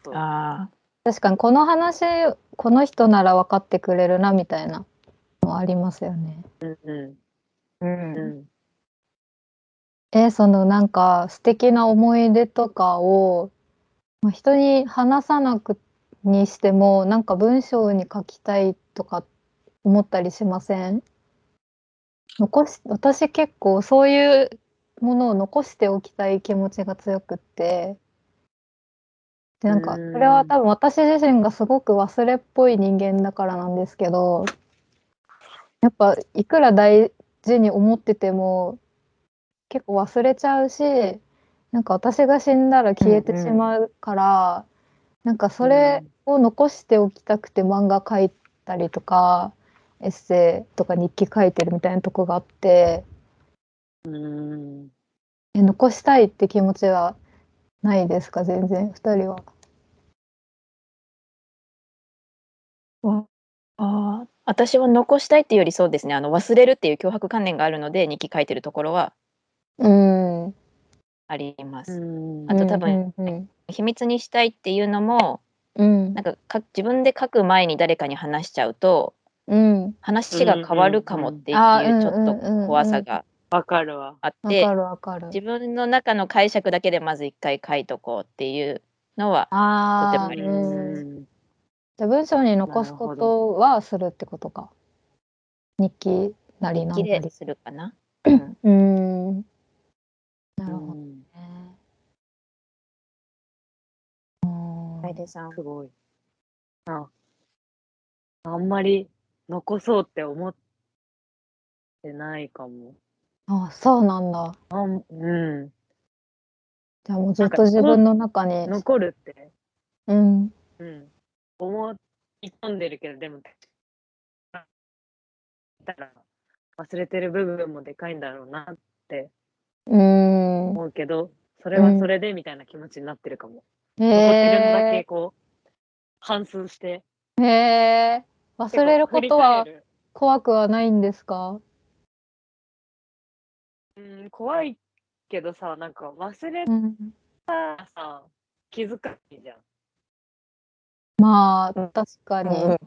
[SPEAKER 3] そう
[SPEAKER 4] あ
[SPEAKER 2] 確かにこの話、この人なら分かってくれるなみたいなのはありますよね。
[SPEAKER 3] う、う
[SPEAKER 4] あうん
[SPEAKER 3] んうん
[SPEAKER 2] えーそのなんか素敵な思い出とかを、まあ、人に話さなくにしてもなんか文章に書きたいとか思ったりしません残し私結構そういうものを残しておきたい気持ちが強くってでなんか
[SPEAKER 3] うーん
[SPEAKER 2] それは多分私自身がすごく忘れっぽい人間だからなんですけどやっぱいくら大事に思ってても結構忘れちゃうしなんか私が死んだら消えてしまうから、なんかそれを残しておきたくて漫画描いたりとかエッセイとか日記書いてるみたいなとこがあって
[SPEAKER 3] うん。
[SPEAKER 2] え残したいって気持ちはないですか全然二人は。
[SPEAKER 4] ああ、私は残したいっていうよりそうですね。あの忘れるっていう脅迫観念があるので日記書いてるところは
[SPEAKER 2] うん。あ
[SPEAKER 4] あります。
[SPEAKER 3] うん
[SPEAKER 4] あと多分
[SPEAKER 2] うんうん
[SPEAKER 4] 秘密にしたいっていうのも
[SPEAKER 2] うん
[SPEAKER 4] なんかか自分で書く前に誰かに話しちゃうと
[SPEAKER 2] うん。
[SPEAKER 4] 話が変わるかもっていう
[SPEAKER 2] うんうんうん
[SPEAKER 4] ちょっ
[SPEAKER 2] あーうんうんうんうん
[SPEAKER 4] と怖さが
[SPEAKER 3] わかるわ。
[SPEAKER 4] あっ
[SPEAKER 2] わ
[SPEAKER 4] て
[SPEAKER 2] かるわかる。
[SPEAKER 4] 自分の中の解釈だけでまず一回書いとこうっていうのは
[SPEAKER 2] あ
[SPEAKER 4] と
[SPEAKER 2] あ、
[SPEAKER 4] ても
[SPEAKER 2] うん
[SPEAKER 3] う
[SPEAKER 2] じ
[SPEAKER 3] ん
[SPEAKER 2] ゃあ文章に残すことはするってことか。日記なりな
[SPEAKER 4] 綺
[SPEAKER 2] んなり
[SPEAKER 4] 麗。するかな。
[SPEAKER 2] うん。なるほど
[SPEAKER 3] うん
[SPEAKER 2] ね。
[SPEAKER 4] 楓さん
[SPEAKER 3] すごい。ああんまり残そうって思ってないかも。
[SPEAKER 2] あ、そうなんだ。
[SPEAKER 3] あんうん。
[SPEAKER 2] じゃあもうずっと自分の中に。
[SPEAKER 3] 残るって、
[SPEAKER 2] うん。
[SPEAKER 3] うん。思い込んでるけど、でも、たら忘れてる部分もでかいんだろうなって
[SPEAKER 2] うん。
[SPEAKER 3] 思うけど、それはそれでみたいな気持ちになってるかも。
[SPEAKER 2] へ
[SPEAKER 3] 残ってるんだけ
[SPEAKER 2] え
[SPEAKER 3] こう、反数して。
[SPEAKER 2] ー。へえー。忘れることは
[SPEAKER 3] 振り返る
[SPEAKER 2] 怖くはないんですか
[SPEAKER 3] うん、怖いけどさ、なんか忘れ
[SPEAKER 2] うん。
[SPEAKER 3] たらさ、気づかないじゃん。
[SPEAKER 2] まあ、確かに。
[SPEAKER 4] わ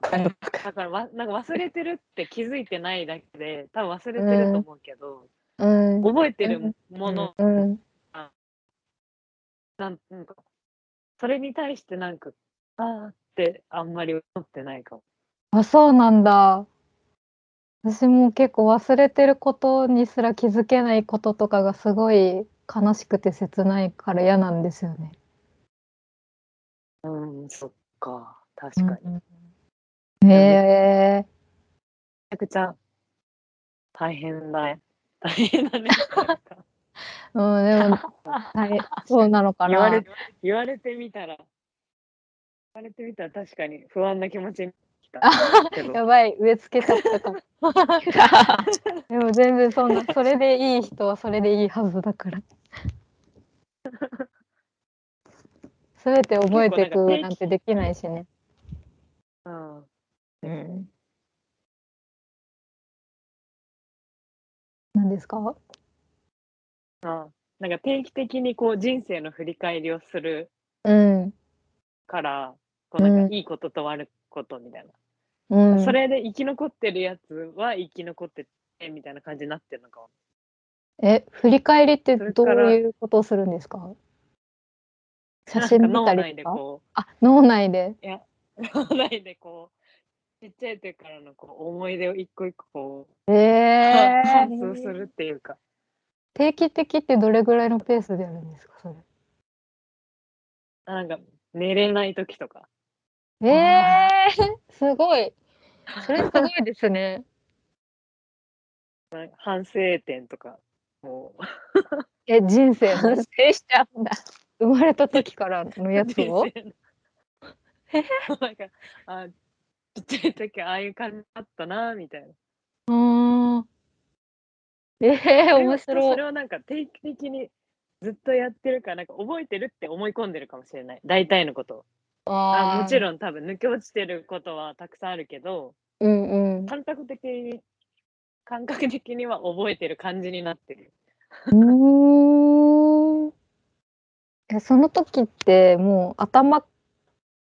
[SPEAKER 4] かるわかる
[SPEAKER 3] だからわ、なんか忘れてるって気づいてないだけで、多分忘れてると思うけど、
[SPEAKER 2] うん。
[SPEAKER 3] 覚えてるもの、
[SPEAKER 2] うん。
[SPEAKER 3] なんなんか、それに対してなんか、あーってあんまり思ってないかも。
[SPEAKER 2] あ、そうなんだ。私も結構忘れてることにすら気づけないこととかがすごい悲しくて切ないから嫌なんですよね。
[SPEAKER 3] うん、そっか、確かに。め
[SPEAKER 2] に。へえ
[SPEAKER 3] ちゃくちゃ大変だ ね。大変だね。なんか
[SPEAKER 2] うん、でも、はい、そうなのか
[SPEAKER 3] 言わ
[SPEAKER 2] な
[SPEAKER 3] れ。言われてみたら、言われてみたら確かに不安な気持ちになってきたけ ど。
[SPEAKER 2] やばい、植え付けちゃっ たかも。でも全然そんな、それでいい人はそれでいいはず だから。すべて覚えていくなんてできないしね。
[SPEAKER 3] うん
[SPEAKER 4] うん
[SPEAKER 2] 何ですか
[SPEAKER 3] あなんか定期的にこう人生の振り返りをする
[SPEAKER 2] うん。
[SPEAKER 3] からこうな
[SPEAKER 2] うんん
[SPEAKER 3] かいいことと悪いことみたい
[SPEAKER 2] うん
[SPEAKER 3] な、。それで生き残ってるやつは生き残っててみたいな感じになってるの かも
[SPEAKER 2] え、振り返りって
[SPEAKER 3] それ
[SPEAKER 2] ど
[SPEAKER 3] か
[SPEAKER 2] う
[SPEAKER 3] ら
[SPEAKER 2] いうことをするんですか写真
[SPEAKER 3] なんか
[SPEAKER 2] 見た
[SPEAKER 3] 脳内
[SPEAKER 2] り
[SPEAKER 3] で
[SPEAKER 2] とか
[SPEAKER 3] こ
[SPEAKER 2] あ、脳内で。
[SPEAKER 3] う 脳内でこうちっちゃい時からのこう思い出を一個一個こう、
[SPEAKER 2] ええ
[SPEAKER 3] 反芻するっていうか
[SPEAKER 2] 定期的ってどれぐらいのペースでやるんですかそ
[SPEAKER 3] あなんか寝れない時とか
[SPEAKER 2] れ。ええすごい。それすごいですね。
[SPEAKER 3] なんか反省点とかもう
[SPEAKER 2] え、人生
[SPEAKER 4] 反
[SPEAKER 2] の
[SPEAKER 4] 省しちゃうんだ。
[SPEAKER 2] 生まれた時からのやつを
[SPEAKER 3] 人生の なんかあちっちゃい時ああいう感じだったなみたいな。
[SPEAKER 2] うーん。ええ
[SPEAKER 3] それを
[SPEAKER 2] 面白
[SPEAKER 3] そ
[SPEAKER 2] い
[SPEAKER 3] れ。をなんか定期的にずっとやってるからなんか覚えてるって思い込んでるかもしれない大体のことをあ
[SPEAKER 2] あー
[SPEAKER 3] もちろん多分抜け落ちてることはたくさんあるけど
[SPEAKER 2] うんうん。
[SPEAKER 3] 感覚的に感覚的には覚えてる感じになってる
[SPEAKER 2] うーんえその時ってもう頭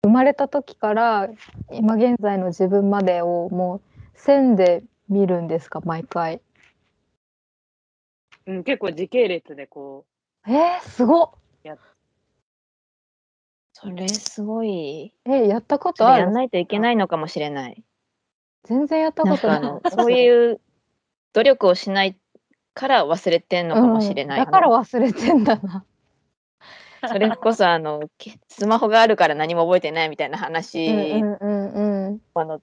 [SPEAKER 2] 生まれた時から今現在の自分までをもう線で見るんですか毎回。
[SPEAKER 3] うん結構時系列でこ
[SPEAKER 2] えー、すごっ
[SPEAKER 4] それすごい。
[SPEAKER 2] えやったこと
[SPEAKER 4] それ
[SPEAKER 2] あ
[SPEAKER 4] や
[SPEAKER 2] る
[SPEAKER 4] んないといけないのかもしれない。
[SPEAKER 2] 全然やった
[SPEAKER 4] な
[SPEAKER 2] こ
[SPEAKER 4] ん
[SPEAKER 2] と
[SPEAKER 4] か
[SPEAKER 2] な
[SPEAKER 4] あ
[SPEAKER 2] い。
[SPEAKER 4] のそういう努力をしないから忘れてんのかもしれない。
[SPEAKER 2] うんだから忘れてんだな。
[SPEAKER 3] う
[SPEAKER 4] それこそあのけスマホがあるから何も覚えてないみたいな話、
[SPEAKER 2] うんうんうんうん。
[SPEAKER 4] あの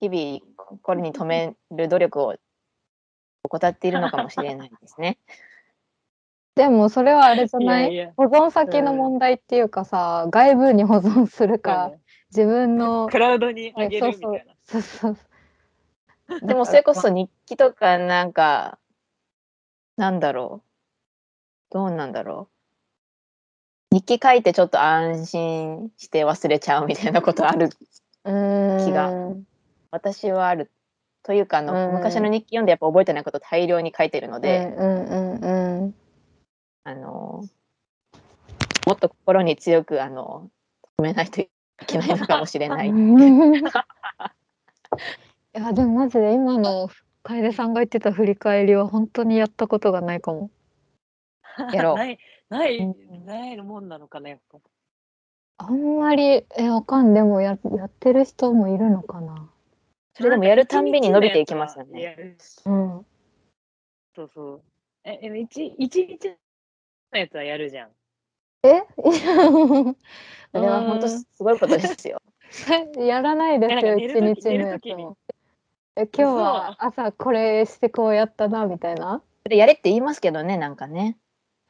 [SPEAKER 4] 日々ここれに止める努力を怠っているのかもしれないですね。
[SPEAKER 2] でもそれはあれじゃない
[SPEAKER 3] いやいや
[SPEAKER 2] 保存先の問題っていうかさ、外部に保存す
[SPEAKER 3] そ
[SPEAKER 2] る
[SPEAKER 3] う
[SPEAKER 2] か
[SPEAKER 3] ね
[SPEAKER 2] 自分の
[SPEAKER 3] クラウドにあげるみたいな。
[SPEAKER 2] そうそうそう
[SPEAKER 4] でもそれこそ日記とかなんかなんだろうどうなんだろう日記書いてちょっと安心して忘れちゃうみたいなことある
[SPEAKER 2] うーん
[SPEAKER 4] 気が私はあるというかあの、
[SPEAKER 2] うん
[SPEAKER 4] 昔の日記読んでやっぱ覚えてないこと大量に書いてるので、
[SPEAKER 2] うんうんうんうん
[SPEAKER 4] あのもっと心に強くあの止めないといけないのかもしれ ない
[SPEAKER 2] いやでもマジで今の楓さんが言ってた振り返りは本当にやったことがないかも。
[SPEAKER 4] やろう
[SPEAKER 3] ない、ない、
[SPEAKER 4] うん
[SPEAKER 3] ないもんなのかな、やっぱ。
[SPEAKER 2] あんまりえわかんでもややってる人もいるのかな。
[SPEAKER 4] それでもやるたんびに伸びていきますよね
[SPEAKER 3] いやうん
[SPEAKER 2] うん
[SPEAKER 3] そうそう。え、でも一一日のやつはやるじゃん。
[SPEAKER 2] え
[SPEAKER 4] それは本当すごいことで すよ。
[SPEAKER 2] やらないですよ
[SPEAKER 3] え
[SPEAKER 2] 一
[SPEAKER 3] なんか寝る時
[SPEAKER 2] 日のやつ
[SPEAKER 3] 寝る時に
[SPEAKER 2] も。え今日は朝これしてこうやったなみたいな。
[SPEAKER 4] それやれって言いますけどねなんかね。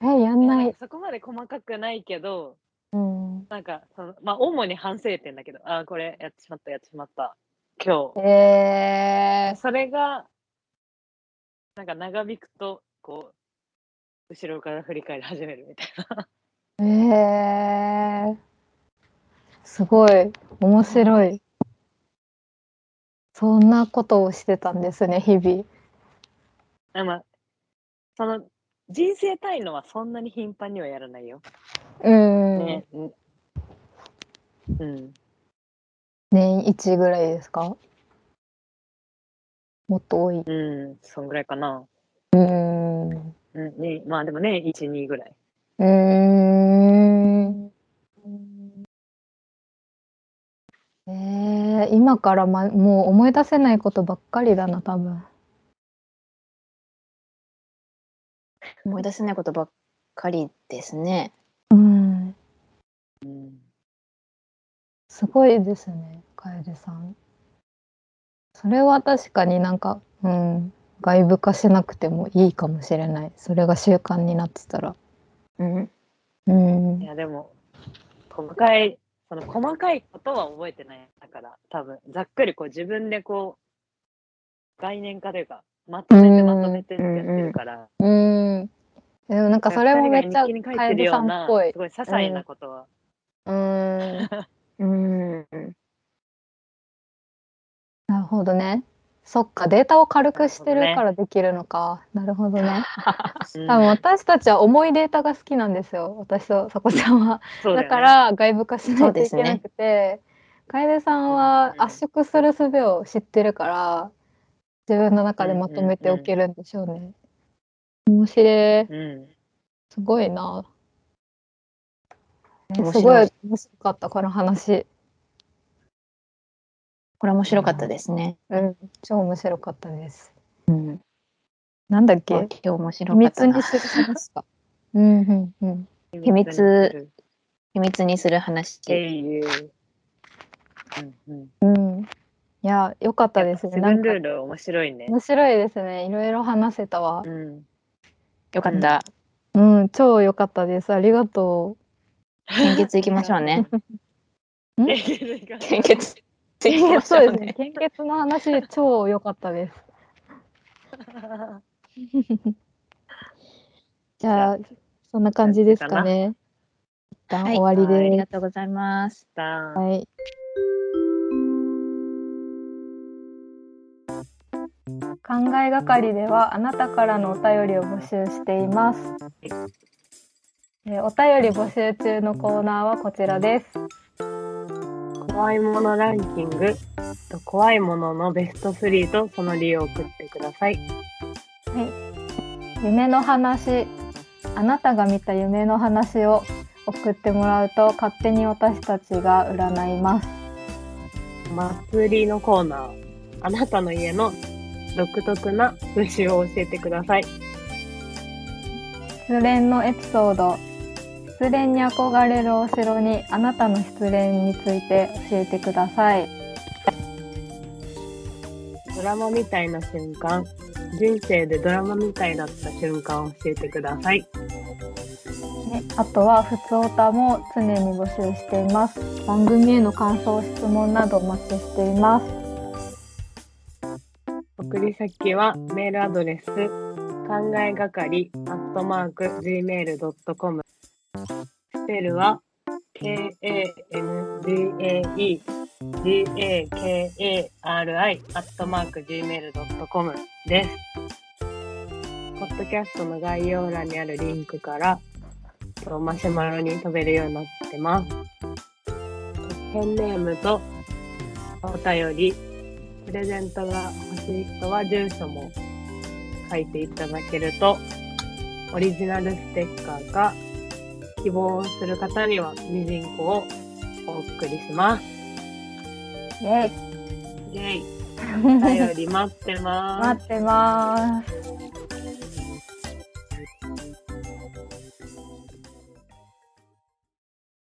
[SPEAKER 2] えやんないい
[SPEAKER 3] や。そこまで細かくないけど、
[SPEAKER 2] うん。
[SPEAKER 3] なんかそのまあ主に反省点だけど、あーこれやってしまったやってしまった今
[SPEAKER 2] え
[SPEAKER 3] 日。それがなんか長引くとこう後ろから振り返り始めるみたいな。
[SPEAKER 2] ー、えー、すごい面白い。そんなことをしてたんですね日々。
[SPEAKER 3] あ まあその人生単位のはそんなに頻繁にはやらないよ。
[SPEAKER 2] うん、
[SPEAKER 3] ね。うん。うん
[SPEAKER 2] 年一ぐらいですか。もっと多い。
[SPEAKER 3] うん、そんぐらいかな。
[SPEAKER 2] うん。う
[SPEAKER 3] うん、ね、まあでもね、1、2ぐらい。
[SPEAKER 2] ーん。えー、今から、ま、もう思い出せないことばっかりだな多分。
[SPEAKER 4] 思い出せないことばっかりですね。
[SPEAKER 2] うん。
[SPEAKER 3] うん、
[SPEAKER 2] すごいですね、楓さん。それは確かになんか、うん、外部化しなくてもいいかもしれない。それが習慣になってたら。
[SPEAKER 4] うん、
[SPEAKER 2] うん
[SPEAKER 3] い。や、でも、細かい、その細かいことは覚えてないだから、多分ざっくりこう自分でこう、概念化というか、まとめて
[SPEAKER 2] うん
[SPEAKER 3] まとめてってやってるから、
[SPEAKER 2] うん。でもなんかそれもめっちゃ
[SPEAKER 3] 二人が日記に書いてるよ
[SPEAKER 2] 楓さ
[SPEAKER 3] うん
[SPEAKER 2] っ
[SPEAKER 3] な、
[SPEAKER 2] ぽい
[SPEAKER 3] す。ごい些細なことは、
[SPEAKER 2] うん。
[SPEAKER 4] うん、
[SPEAKER 2] なるほどね。そっか、データを軽くしてるからできるのか。なるほどね。
[SPEAKER 3] うん
[SPEAKER 2] 多分私たちは重いデータが好きなんですよ。私とさこちゃんは。
[SPEAKER 3] そうだ
[SPEAKER 2] だ
[SPEAKER 3] よね
[SPEAKER 2] から外部化しないといけなくて、楓さんは
[SPEAKER 3] うんうん
[SPEAKER 2] 圧縮する術を知ってるから自分の中でまとめておけるんでしょうね。面白い
[SPEAKER 3] うん、
[SPEAKER 2] すごいな。ね
[SPEAKER 4] 面白い
[SPEAKER 2] すごい面白かったこの話。
[SPEAKER 4] これ面白かったですね。
[SPEAKER 2] うん、超面白かったです。
[SPEAKER 4] うん、
[SPEAKER 2] なんだっ
[SPEAKER 4] 今
[SPEAKER 2] け？
[SPEAKER 4] 日面白
[SPEAKER 2] 秘
[SPEAKER 4] かっ
[SPEAKER 2] 密
[SPEAKER 4] た
[SPEAKER 2] に
[SPEAKER 4] な。
[SPEAKER 2] する話か。 うんうんうん。
[SPEAKER 4] 秘密秘密にする話。
[SPEAKER 3] 経由。うんうん、
[SPEAKER 2] うん。いや良かったです
[SPEAKER 3] セ
[SPEAKER 2] ね。
[SPEAKER 3] ブ
[SPEAKER 2] な
[SPEAKER 3] ン
[SPEAKER 2] んか
[SPEAKER 3] ルール面白いね。
[SPEAKER 2] 面白いですね。いろいろ話せたわ
[SPEAKER 3] う。ん、
[SPEAKER 4] よか った。
[SPEAKER 2] うん、超良かったです。ありがとう。
[SPEAKER 4] 献血行きましょう ね。献血行き
[SPEAKER 2] 献
[SPEAKER 4] ま
[SPEAKER 2] 血
[SPEAKER 4] し
[SPEAKER 2] そう
[SPEAKER 4] ょ
[SPEAKER 2] です
[SPEAKER 4] う
[SPEAKER 2] ね
[SPEAKER 4] ね。。
[SPEAKER 2] 献血の話超良かった です。じゃあそんな感じですかね。一旦
[SPEAKER 4] はい
[SPEAKER 2] 終わり
[SPEAKER 4] あり
[SPEAKER 2] で
[SPEAKER 4] がとうございます。
[SPEAKER 2] す。はい。考えがかりではあなたからのお便りを募集しています。えーお便り募集中のコーナーはこちらです。
[SPEAKER 3] 怖いものランキングと怖いもののベスト3とその理由を送ってください。
[SPEAKER 2] 夢の話あなたが見た夢の話を送ってもらうと勝手に私たちが占います
[SPEAKER 3] 祭りのコーナー、あなたの家の独特な風習を教えてください。
[SPEAKER 2] 失恋のエピソード失恋に憧れるお城にあなたの失恋について教えてください
[SPEAKER 3] ドラマみたいな瞬間、人生でドラマみたいだった瞬間を教えてください。
[SPEAKER 2] ね、あとは、ふつおたも常に募集しています。番組への感想、質問などお待ちしています。
[SPEAKER 1] 送り先はメールアドレス考えがかりアットマーク gmail.com スペルは kangae gakari アットマーク gmail.com です。ポッドキャストの概要欄にあるリンクからとマシュマロに飛べるようになってます。ペンネームとお便りプレゼントが欲しい人は住所も書いていただけると、オリジナルステッカーか、希望する方にはミジンコをお送りします。
[SPEAKER 2] イェイ
[SPEAKER 1] イェイ。お便り待ってます。
[SPEAKER 2] 待ってます。